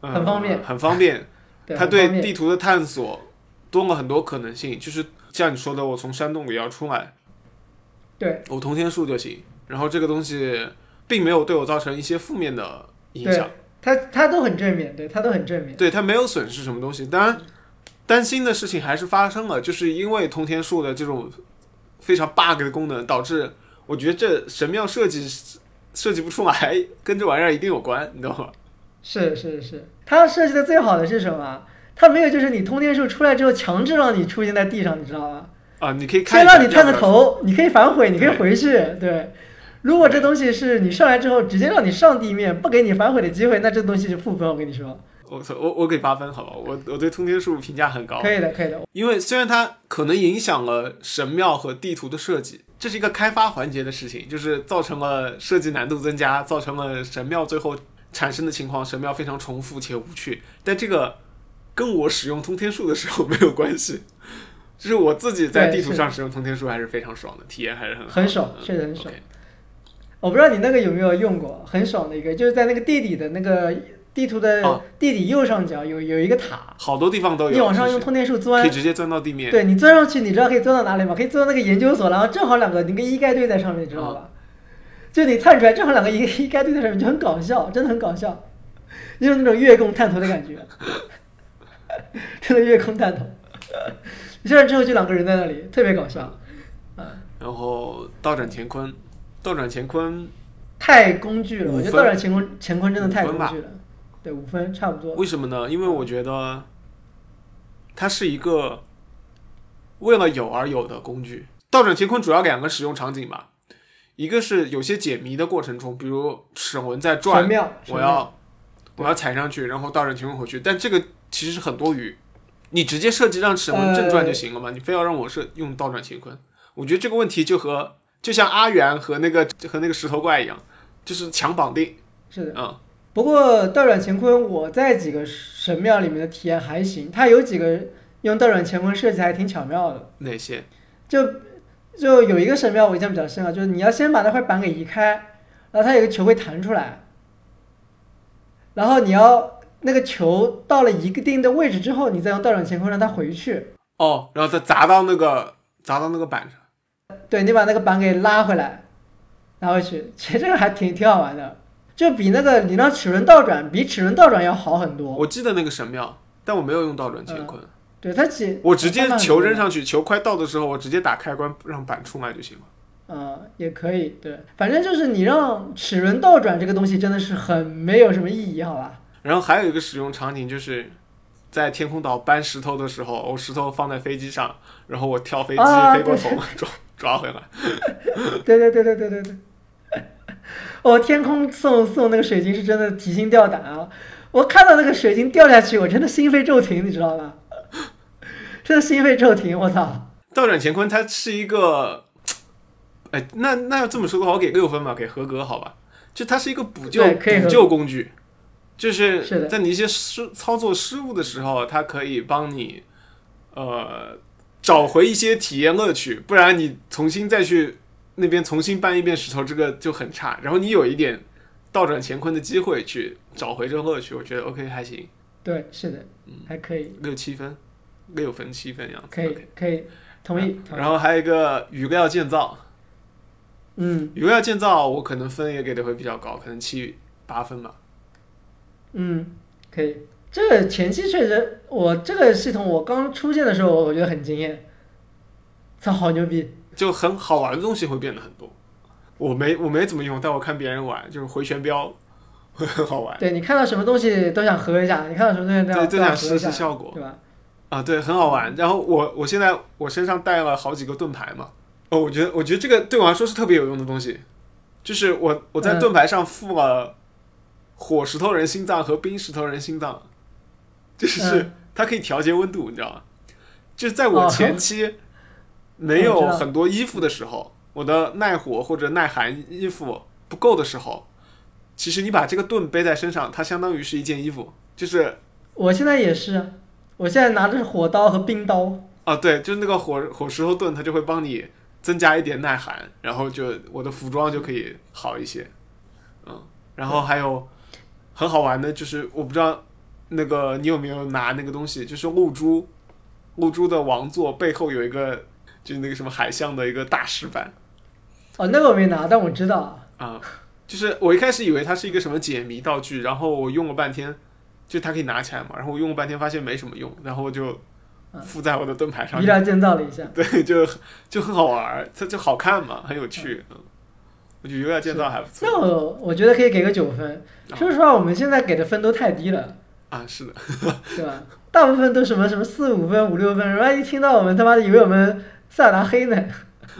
S1: 呃
S2: 很方便
S1: 很方便。
S2: 对，
S1: 它
S2: 很方
S1: 对
S2: 便
S1: 地图的探索多了很多可能性，就是像你说的，我从山洞里要出来，
S2: 对
S1: 我通天术就行。然后这个东西并没有对我造成一些负面的影响
S2: 对。它它都很正面，对它都很正面。
S1: 对它没有损失什么东西。当然，担心的事情还是发生了，就是因为通天术的这种非常 bug 的功能，导致我觉得这神庙设计设计不出来，跟这玩意儿一定有关，你懂吗？
S2: 是是是，它设计的最好的是什么？它没有就是你通天术出来之后强制让你出现在地上，你知道吗？
S1: 啊，你可以看
S2: 先
S1: 一下
S2: 让你探个
S1: 要不要
S2: 头，你可以反悔，你可以
S1: 对
S2: 回去。对，如果这东西是你上来之后直接让你上地面，不给你反悔的机会，那这东西是负分。我跟你说，
S1: 我我我给八分好吧，我我对通天术评价很高，
S2: 可以的，可以的。
S1: 因为虽然它可能影响了神庙和地图的设计，这是一个开发环节的事情，就是造成了设计难度增加，造成了神庙最后产生的情况，神庙非常重复且无趣。但这个跟我使用通天术的时候没 *laughs* 有关系，就是我自己在
S2: 对
S1: 地图上使用通天术还是非常爽的，体验还是很好
S2: 很爽
S1: 嗯
S2: 确实很爽
S1: OK
S2: 我不知道你那个有没有用过，很爽的一个，就是在那个地底的那个地图的
S1: 哦
S2: 地底右上角有有一个塔，
S1: 好多地方都有，
S2: 你往上
S1: 是
S2: 用
S1: 不
S2: 通电术
S1: 是可
S2: 钻
S1: 以，直接钻到地面。
S2: 对你钻上去，你知道可以钻到哪里吗？可以钻到那个研究所，然后正好两个那个衣盖对在上面，知
S1: 啊
S2: 道吧？就你探出来，正好两个衣衣盖对在上面，就很搞笑，真的很搞笑，就是那种月供探头的感觉， *laughs* 真的月供探头。你下来之后就两个人在那里，特别搞笑，啊，
S1: 然后倒转乾坤，倒转乾坤
S2: 太工具了，我
S1: 五
S2: 觉得
S1: 分
S2: 倒转乾坤乾坤真的太
S1: 五
S2: 工
S1: 分吧
S2: 具了，对，五分差不多。
S1: 为什么呢？因为我觉得它是一个为了有而有的工具。倒转乾坤主要两个使用场景吧，一个是有些解谜的过程中，比如沈文在
S2: 神
S1: 转，
S2: 庙，神
S1: 我
S2: 庙
S1: 要我要踩上去，然后倒转乾坤回去，但这个其实是很多余，你直接设计让沈文正转就行了嘛，你非要让我设用倒转乾坤，我觉得这个问题就和就像阿元和那个和那个石头怪一样，就是强绑定
S2: 是的。
S1: 啊、
S2: 不过倒转乾坤，我在几个神庙里面的体验还行，它有几个用倒转乾坤设计还挺巧妙的。
S1: 那些
S2: 就就有一个神庙我印象比较深啊，就是你要先把那块板给移开，然后它有个球会弹出来，然后你要那个球到了一个定的位置之后，你再用倒转乾坤让它回去。
S1: 哦，然后再砸到那个砸到那个板上。
S2: 对你把那个板给拉回来，拿回去，其实这个还挺挺好玩的。就比那个你让齿轮倒转，比齿轮倒转要好很多。
S1: 我记得那个神庙，但我没有用倒转乾坤，
S2: 对，它其
S1: 我直接
S2: 它慢很
S1: 球
S2: 多
S1: 扔上去，球快到的时候，我直接打开关让板出来就行了。
S2: 嗯，也可以，对，反正就是你让齿轮倒转这个东西真的是很没有什么意义，好吧？ *laughs*
S1: 然后还有一个使用场景就是。在天空岛搬石头的时候，我石头放在飞机上，然后我跳飞机、
S2: 啊
S1: 飞过头，抓抓回来。
S2: 对对对对对对对。我、天空送送那个水晶是真的提心吊胆啊！我看到那个水晶掉下去，我真的心肺骤停，你知道吧？ *laughs* 真的心肺骤停，我操！
S1: 倒转乾坤它是一个，哎，那那要这么说的话，我给六分吧，给合格好吧？就它是一个补救
S2: 对可以合格
S1: 补救工具，就是
S2: 是的
S1: 在你一些失操作失误的时候，它可以帮你呃找回一些体验乐趣，不然你重新再去那边重新搬一遍石头，这个就很差。然后你有一点倒转乾坤的机会去找回这个乐趣，我觉得 OK 还行，
S2: 对，是的，
S1: 嗯
S2: 还可以，
S1: 六七分，六分七分样子。
S2: 可以
S1: OK，
S2: 可以，同意。同意
S1: 嗯然后还有一个语料建造。
S2: 嗯
S1: 语料建造，我可能分也给的会比较高，可能七八分吧。
S2: 嗯，可以。这个前期确实，我这个系统我刚出现的时候，我觉得很惊艳，操，好牛逼！
S1: 就很好玩的东西会变得很多。我没我没怎么用，但我看别人玩，就是回旋镖 *laughs* 会很好玩
S2: 对你看到什么东西都想合一下，你看到什么东西都
S1: 对
S2: 想
S1: 都
S2: 都想
S1: 想
S2: 合
S1: 试
S2: 一下，
S1: 试效果
S2: 对吧？
S1: 啊，对，很好玩。然后我我现在我身上带了好几个盾牌嘛，哦，我觉得我觉得这个对我来说是特别有用的东西，就是我我在
S2: 嗯
S1: 盾牌上附了火石头人心脏和冰石头人心脏，就是、
S2: 嗯
S1: *laughs* 它可以调节温度，你知道吗？就是在
S2: 哦
S1: 我前期没有
S2: 我知道
S1: 很多衣服的时候，我的耐火或者耐寒衣服不够的时候，其实你把这个盾背在身上，它相当于是一件衣服，就是
S2: 我现在也是，啊我现在拿着火刀和冰刀，
S1: 啊，对，就是那个火火石头盾，它就会帮你增加一点耐寒，然后就我的服装就可以好一些。嗯，然后还有很好玩的，就是我不知道那个你有没有拿那个东西，就是露珠，露珠的王座背后有一个就是那个什么海象的一个大石板
S2: 哦，那个我没拿，但我知道，
S1: 啊、就是我一开始以为它是一个什么解谜道具，然后我用了半天，就它可以拿起来嘛，然后我用了半天发现没什么用，然后我就附在我的盾牌上
S2: 医疗建造了一下。
S1: 对，就就很好玩儿，它就好看嘛，很有趣。嗯，我觉得有点建造还不错
S2: 那我我觉得可以给个九分。
S1: 啊
S2: 说实话，我们现在给的分都太低
S1: *laughs*
S2: 了，
S1: 啊。是的，
S2: 对吧？大部分都什么什么四五分、五六分，人家一听到我们他妈的以为我们塞尔达黑呢。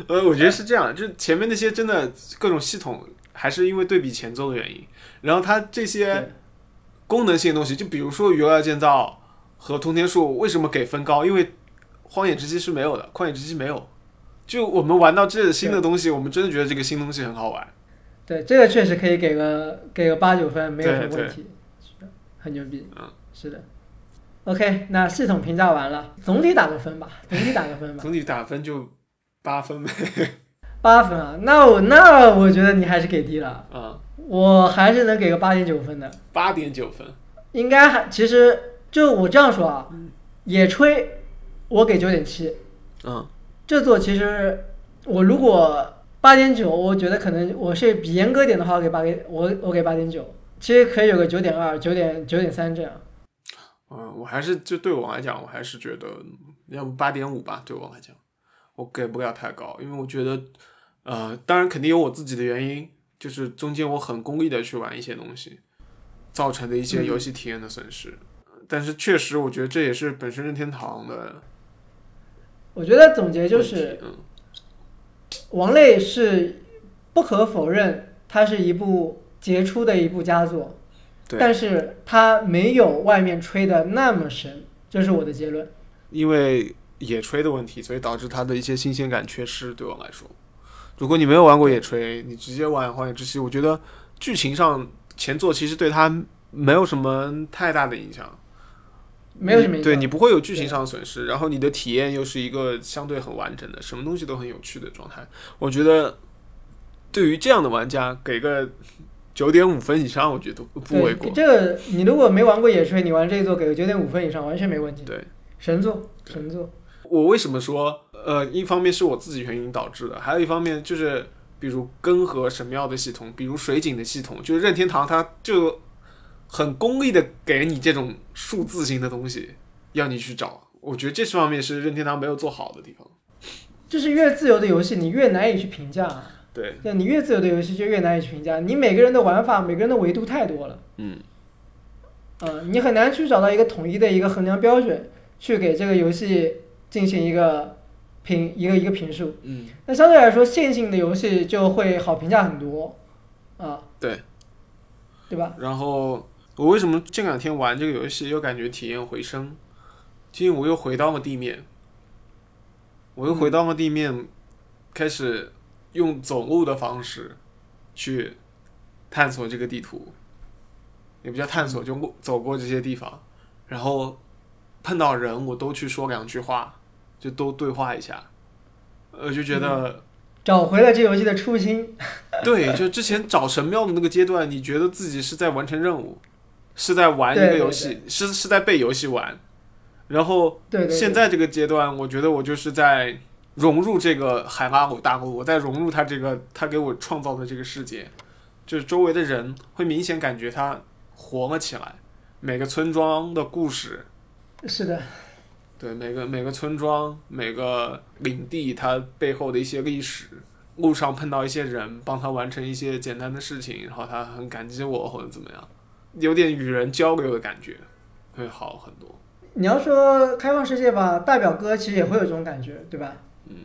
S1: 呃，我觉得是这样，就是前面那些真的各种系统，还是因为对比前奏的原因，然后它这些
S2: 对
S1: 功能性的东西，就比如说鱼料建造和通天术，为什么给分高？因为荒野之息是没有的，旷野之息没有。就我们玩到这新的东西，我们真的觉得这个新东西很好玩。
S2: 对，这个确实可以给个给个八九分，没有什么
S1: 对
S2: 问题，是的很牛逼。
S1: 嗯，
S2: 是的。OK，那系统评价完了，总体打个分吧，总体打个分吧，
S1: 总体打分就八分呗。
S2: 八分啊。那我那我觉得你还是给低了，
S1: 啊、
S2: 我还是能给个八点九分的。
S1: 嗯，八点九分。
S2: 应该还其实就我这样说啊，野炊我给九点七，
S1: 嗯
S2: 这座其实我如果八点九，我觉得可能我是比严格一点的话，我给八给我我给八点九，其实可以有个九点二、九点九点三这样。
S1: 嗯，我还是就对我来讲，我还是觉得嗯要不八点五吧，对我来讲，我给不了太高，因为我觉得，呃，当然肯定有我自己的原因，就是中间我很功利的去玩一些东西，造成的一些游
S2: 嗯
S1: 戏体验的损失。但是确实，我觉得这也是本身任天堂的
S2: 我觉得总结就
S1: 问题
S2: 是，
S1: 嗯
S2: 王类是不可否认，它是一部杰出的一部佳作，
S1: 对
S2: 但是它没有外面吹的那么神，这是我的结论。
S1: 因为野炊的问题，所以导致它的一些新鲜感缺失。对我来说，如果你没有玩过野炊，你直接玩《荒野之息》，我觉得剧情上前作其实对它没有什么太大的影响，
S2: 没有什么影响
S1: 对你不会有剧情上的损失，然后你的体验又是一个相对很完整的，什么东西都很有趣的状态。我觉得对于这样的玩家，给个九点五分以上，我觉得都不为
S2: 对，
S1: 过。
S2: 这个你如果没玩过野炊，你玩这一座给个九点五分以上完全没问题。
S1: 对，
S2: 神作，神作。
S1: 我为什么说，呃，一方面是我自己原因导致的，还有一方面就是比如根河神庙的系统，比如水井的系统，就是任天堂它就很功利的给你这种数字型的东西，要你去找。我觉得这方面是任天堂没有做好的地方。
S2: 就是越自由的游戏，你越难以去评价。
S1: 对，
S2: 对你越自由的游戏就越难以去评价，你每个人的玩法、每个人的维度太多了。
S1: 嗯，
S2: 呃，你很难去找到一个统一的一个衡量标准，去给这个游戏进行一个评一个一个评述。
S1: 嗯，
S2: 那相对来说，线性的游戏就会好评价很多，啊，
S1: 对，
S2: 对吧？
S1: 然后我为什么这两天玩这个游戏又感觉体验回升？因为我又回到了地面，我又回到了地面，开始用走路的方式去探索这个地图，也不叫探索，就路走过这些地方，然后碰到人我都去说两句话，就都对话一下，我就觉得。
S2: 找回了这游戏的初心，
S1: *laughs* 对，就之前找神庙的那个阶段，你觉得自己是在完成任务，是在玩一
S2: 对
S1: 个
S2: 对
S1: 游戏，是是在被游戏玩。然后
S2: 对对对
S1: 现在这个阶段，我觉得我就是在融入这个海拉鲁大陆，我在融入它这个它给我创造的这个世界，就是周围的人会明显感觉它活了起来，每个村庄的故事
S2: 是的，
S1: 对每个每个村庄、每个领地，它背后的一些历史，路上碰到一些人，帮他完成一些简单的事情，然后他很感激我或者怎么样，有点与人交流的感觉，会好很多。
S2: 你要说开放世界吧，大表哥其实也会有这种感觉，对吧？嗯，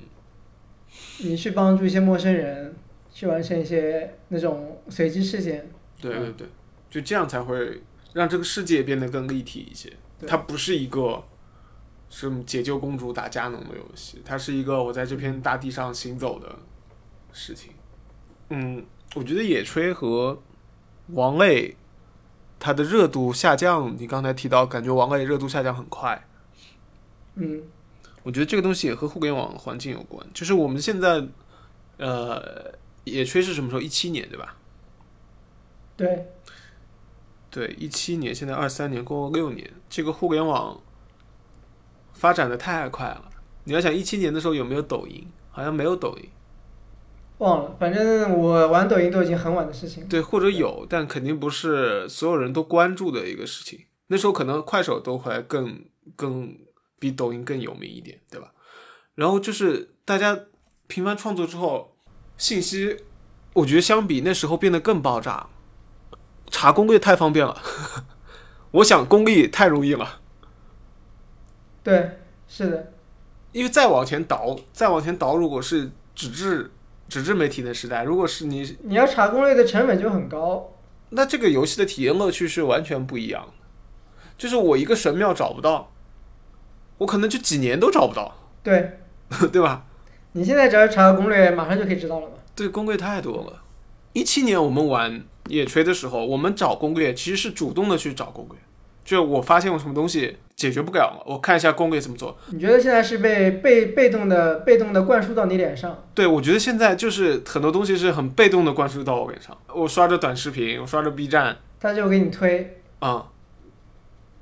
S2: 你去帮助一些陌生人，去完成一些那种随机事件，
S1: 对
S2: 嗯
S1: 对对，就这样才会让这个世界变得更立体一些。
S2: 对
S1: 它不是一个什么解救公主打家农的游戏，它是一个我在这片大地上行走的事情。嗯，我觉得野炊和王类它的热度下降，你刚才提到，感觉王类热度下降很快。
S2: 嗯，
S1: 我觉得这个东西也和互联网环境有关，就是我们现在，呃，野炊是什么时候？一七年对吧？
S2: 对，
S1: 对，一七年，现在二三年，过了六年，这个互联网发展的太快了。你要想一七年的时候有没有抖音？好像没有抖音，
S2: 忘了，反正我玩抖音都已经很晚的事情了。
S1: 对，或者有，但肯定不是所有人都关注的一个事情。那时候可能快手都会更更比抖音更有名一点，对吧？然后就是大家频繁创作之后，信息我觉得相比那时候变得更爆炸。查攻略太方便了， *laughs* 我想攻略太容易了。
S2: 对，是的，
S1: 因为再往前倒，再往前倒，如果是纸质纸质媒体的时代，如果是你，
S2: 你要查攻略的成本就很高。
S1: 那这个游戏的体验乐趣是完全不一样的。就是我一个神庙找不到，我可能就几年都找不到， *laughs*
S2: 对
S1: 对吧？
S2: 你现在只要查攻略，马上就可以知道了嘛。
S1: 对，攻略太多了。一七年我们玩野炊的时候，我们找攻略其实是主动的去找攻略，就我发现我什么东西解决不了了，我看一下攻略怎么做。
S2: 你觉得现在是被被被动的被动的灌输到你脸上？
S1: 对，我觉得现在就是很多东西是很被动的灌输到我脸上。我刷着短视频，我刷着 B 站，
S2: 他就给你推，
S1: 啊、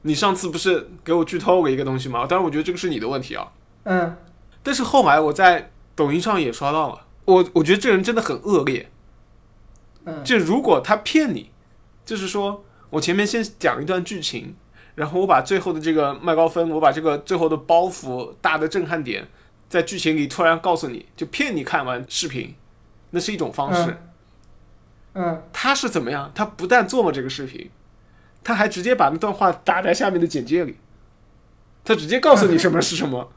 S1: 你上次不是给我剧透了一个东西吗？当然，我觉得这个是你的问题啊。
S2: 嗯，
S1: 但是后来我在抖音上也刷到了，我我觉得这人真的很恶劣。
S2: 嗯
S1: 就如果他骗你，就是说我前面先讲一段剧情，然后我把最后的这个麦高芬，我把这个最后的包袱、大的震撼点，在剧情里突然告诉你，就骗你看完视频，那是一种方式。
S2: 嗯，
S1: 他是怎么样？他不但做了这个视频，他还直接把那段话打在下面的简介里，他直接告诉你什么是什么。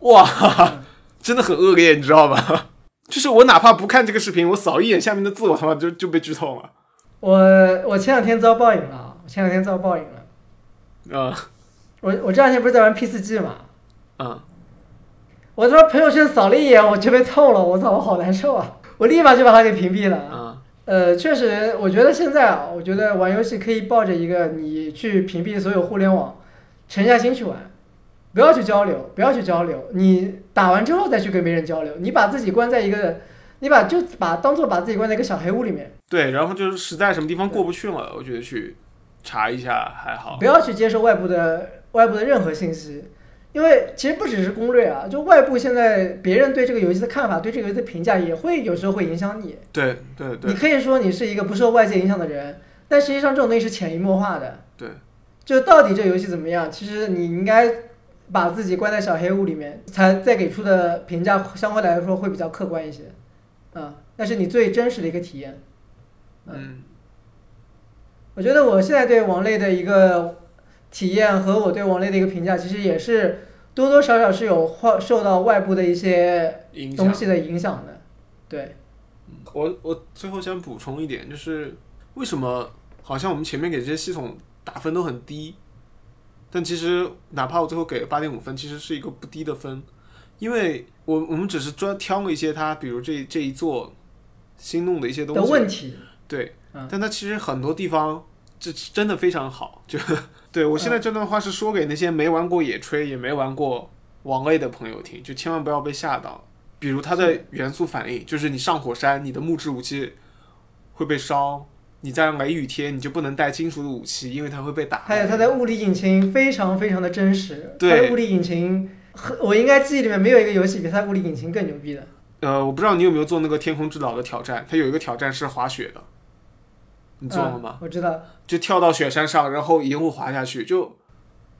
S1: 哇，哈哈，真的很恶劣，你知道吧？就是我哪怕不看这个视频，我扫一眼下面的字，我他妈就就被剧透了。
S2: 我我前两天遭报应了啊，我前两天遭报应了。
S1: 嗯
S2: 我我这两天不是在玩 P 四 G 嘛，
S1: 嗯，
S2: 我他妈朋友圈扫了一眼我就被透了，我操，我好难受啊！我立马就把他给屏蔽了啊。
S1: 嗯
S2: 呃，确实，我觉得现在啊，我觉得玩游戏可以抱着一个你去屏蔽所有互联网，沉下心去玩，不要去交流，不要去交流。你打完之后再去跟别人交流，你把自己关在一个，你把就把当做把自己关在一个小黑屋里面，
S1: 对，然后就是实在什么地方过不去了，我觉得去查一下还好
S2: 不。要去接受外部的外部的任何信息，因为其实不只是攻略啊，就外部现在别人对这个游戏的看法、对这个游戏的评价，也会有时候会影响你。
S1: 对对
S2: 你
S1: 对
S2: 可以说你是一个不受外界影响的人，但实际上这种东西是潜移默化的。
S1: 对，
S2: 就到底这游戏怎么样，其实你应该把自己关在小黑屋里面，才再给出的评价相对来说会比较客观一些。啊，那是你最真实的一个体验。啊
S1: 嗯
S2: 我觉得我现在对王类的一个体验和我对王类的一个评价，其实也是多多少少是有化受到外部的一些
S1: 影响
S2: 东。西的影响的。对，
S1: 我我最后想补充一点，就是为什么好像我们前面给这些系统打分都很低，但其实哪怕我最后给了八点五分，其实是一个不低的分，因为我我们只是专挑了一些它，比如这这一座新弄的一些东
S2: 的
S1: 西，
S2: 问题，
S1: 对，
S2: 嗯
S1: 但它其实很多地方这真的非常好，就对我
S2: 嗯
S1: 现在这段话是说给那些没玩过野炊也没玩过王类的朋友听，就千万不要被吓到。比如它的元素反应，就是你上火山，你的木质武器会被烧；你在雷雨天，你就不能带金属的武器，因为它会被打。
S2: 还有它的物理引擎非常非常的真实。
S1: 对
S2: 它的物理引擎和，我应该记忆里面没有一个游戏比它物理引擎更牛逼的。
S1: 呃，我不知道你有没有做那个天空之岛的挑战，它有一个挑战是滑雪的，你做了吗？
S2: 嗯我知道，
S1: 就跳到雪山上，然后一路滑下去。就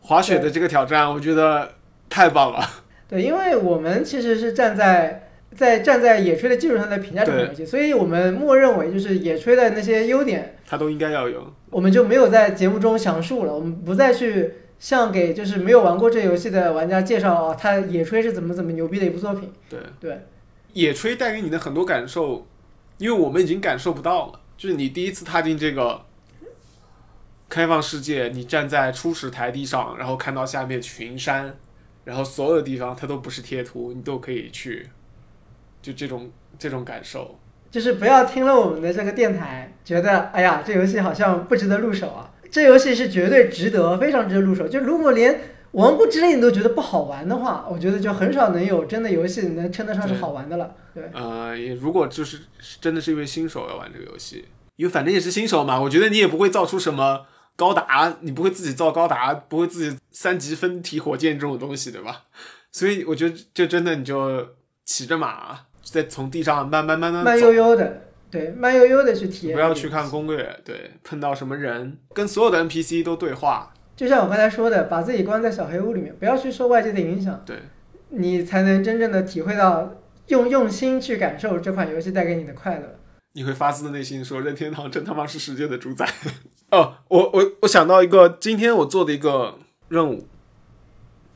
S1: 滑雪的这个挑战，我觉得太棒了。
S2: 对，因为我们其实是站在在站在野炊的基础上来评价这款游戏，所以我们默认为就是野炊的那些优点。
S1: 他都应该要有。
S2: 我们就没有在节目中详述了，我们不再去像给就是没有玩过这游戏的玩家介绍啊，它野炊是怎么怎么牛逼的一部作品。
S1: 对，
S2: 对，
S1: 野炊带给你的很多感受，因为我们已经感受不到了。就是你第一次踏进这个开放世界，你站在初始台地上，然后看到下面群山，然后所有的地方它都不是贴图，你都可以去，就这种这种感受。
S2: 就是不要听了我们的这个电台，觉得哎呀这游戏好像不值得入手啊，这游戏是绝对值得，非常值得入手。就如果连王不之泪你都觉得不好玩的话，我觉得就很少能有真的游戏能称得上是好玩的了。对，
S1: 呃，也如果就是真的是因为新手要玩这个游戏，因为反正也是新手嘛，我觉得你也不会造出什么高达，你不会自己造高达，不会自己三级分体火箭这种东西，对吧？所以我觉得就真的你就骑着马，再从地上慢慢慢慢
S2: 慢
S1: 走，
S2: 悠悠的，对，慢悠悠的去体验。
S1: 不要去看攻略，对，碰到什么人，跟所有的 NPC 都对话，
S2: 就像我刚才说的，把自己关在小黑屋里面，不要去受外界的影响，
S1: 对，
S2: 你才能真正的体会到用用心去感受这款游戏带给你的快乐。
S1: 你会发自内心地说任天堂真他妈是世界的主宰。 *laughs* 哦，我我我想到一个，今天我做的一个任务，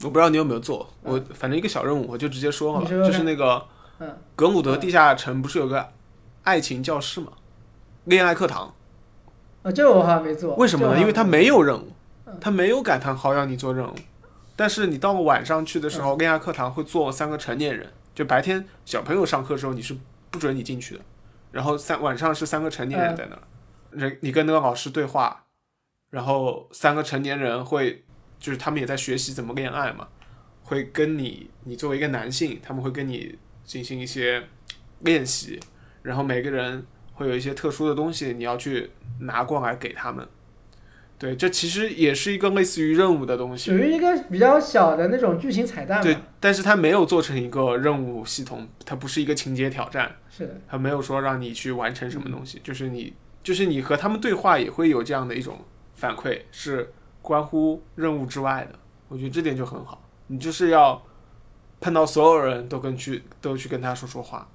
S1: 我不知道你有没有做，我反正一个小任务，我就直接说了，
S2: 嗯你说说看
S1: 就是那个
S2: 嗯，
S1: 格鲁德地下城不是有个爱情教室吗？恋爱课堂，
S2: 啊，这我好像没做。
S1: 为什么
S2: 这我好
S1: 呢？
S2: 像嗯
S1: 因为它没有任务，它没有感叹号让你做任务，但是你到了晚上去的时
S2: 嗯
S1: 候，恋爱课堂会坐三个成年人，就白天小朋友上课的时候你是不准你进去的，然后三晚上是三个成年
S2: 嗯
S1: 人在那儿，人你跟那个老师对话，然后三个成年人会就是他们也在学习怎么恋爱嘛，会跟你你作为一个男性，他们会跟你进行一些练习，然后每个人会有一些特殊的东西你要去拿过来给他们。对，这其实也是一个类似于任务的东西
S2: 属，于一个比较小的那种剧情彩蛋吧。
S1: 对，但是它没有做成一个任务系统，它不是一个情节挑战，
S2: 是的，
S1: 它没有说让你去完成什么东西，就是你就是你和他们对话也会有这样的一种反馈，是关乎任务之外的。我觉得这点就很好，你就是要碰到所有人都跟去都去跟他说说话，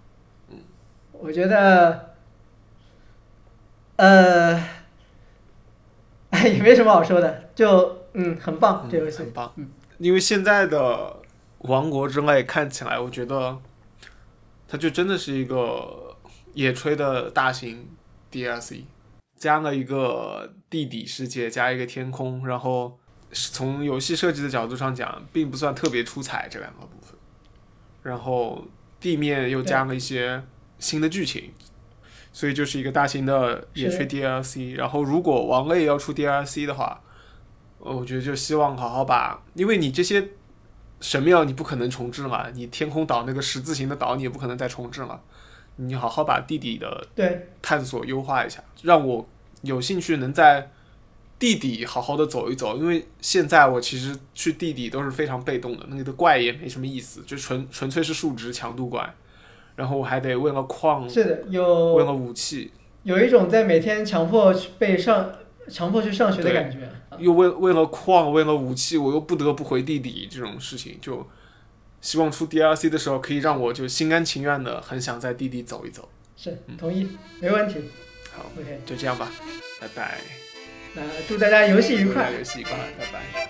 S2: 我觉得，呃， *laughs* 哎也没什么好说的，就嗯，很棒，这游
S1: 嗯
S2: 戏。
S1: 很棒。因为现在的王国之泪看起来，我觉得它就真的是一个野炊的大型 E DLC，加了一个地底世界，加一个天空，然后是从游戏设计的角度上讲，并不算特别出彩这两个部分。然后地面又加了一些新的剧情，所以就是一个大型的野
S2: 是
S1: 炊 DLC。然后如果王类要出 DLC 的话，呃我觉得就希望好好把，因为你这些神庙你不可能重置嘛，你天空岛那个十字形的岛你也不可能再重置了，你好好把地底的
S2: 对，
S1: 探索优化一下，让我有兴趣能在地底好好的走一走，因为现在我其实去地底都是非常被动的，那个怪也没什么意思，就纯纯粹是数值强度怪，然后我还得为了矿，
S2: 是的，
S1: 为
S2: 有
S1: 了武器，
S2: 有一种在每天强迫去被上强迫去上学的
S1: 对
S2: 感觉。
S1: 又为为了矿，为了武器，我又不得不回地底这种事情，就希望出 DLC 的时候可以让我就心甘情愿的很想在地底走一走。
S2: 是，同意，没问题。
S1: 好，
S2: OK，
S1: 就这样吧，拜拜，
S2: 那祝大家游戏愉
S1: 祝大
S2: 快
S1: 家。游戏愉快，拜拜。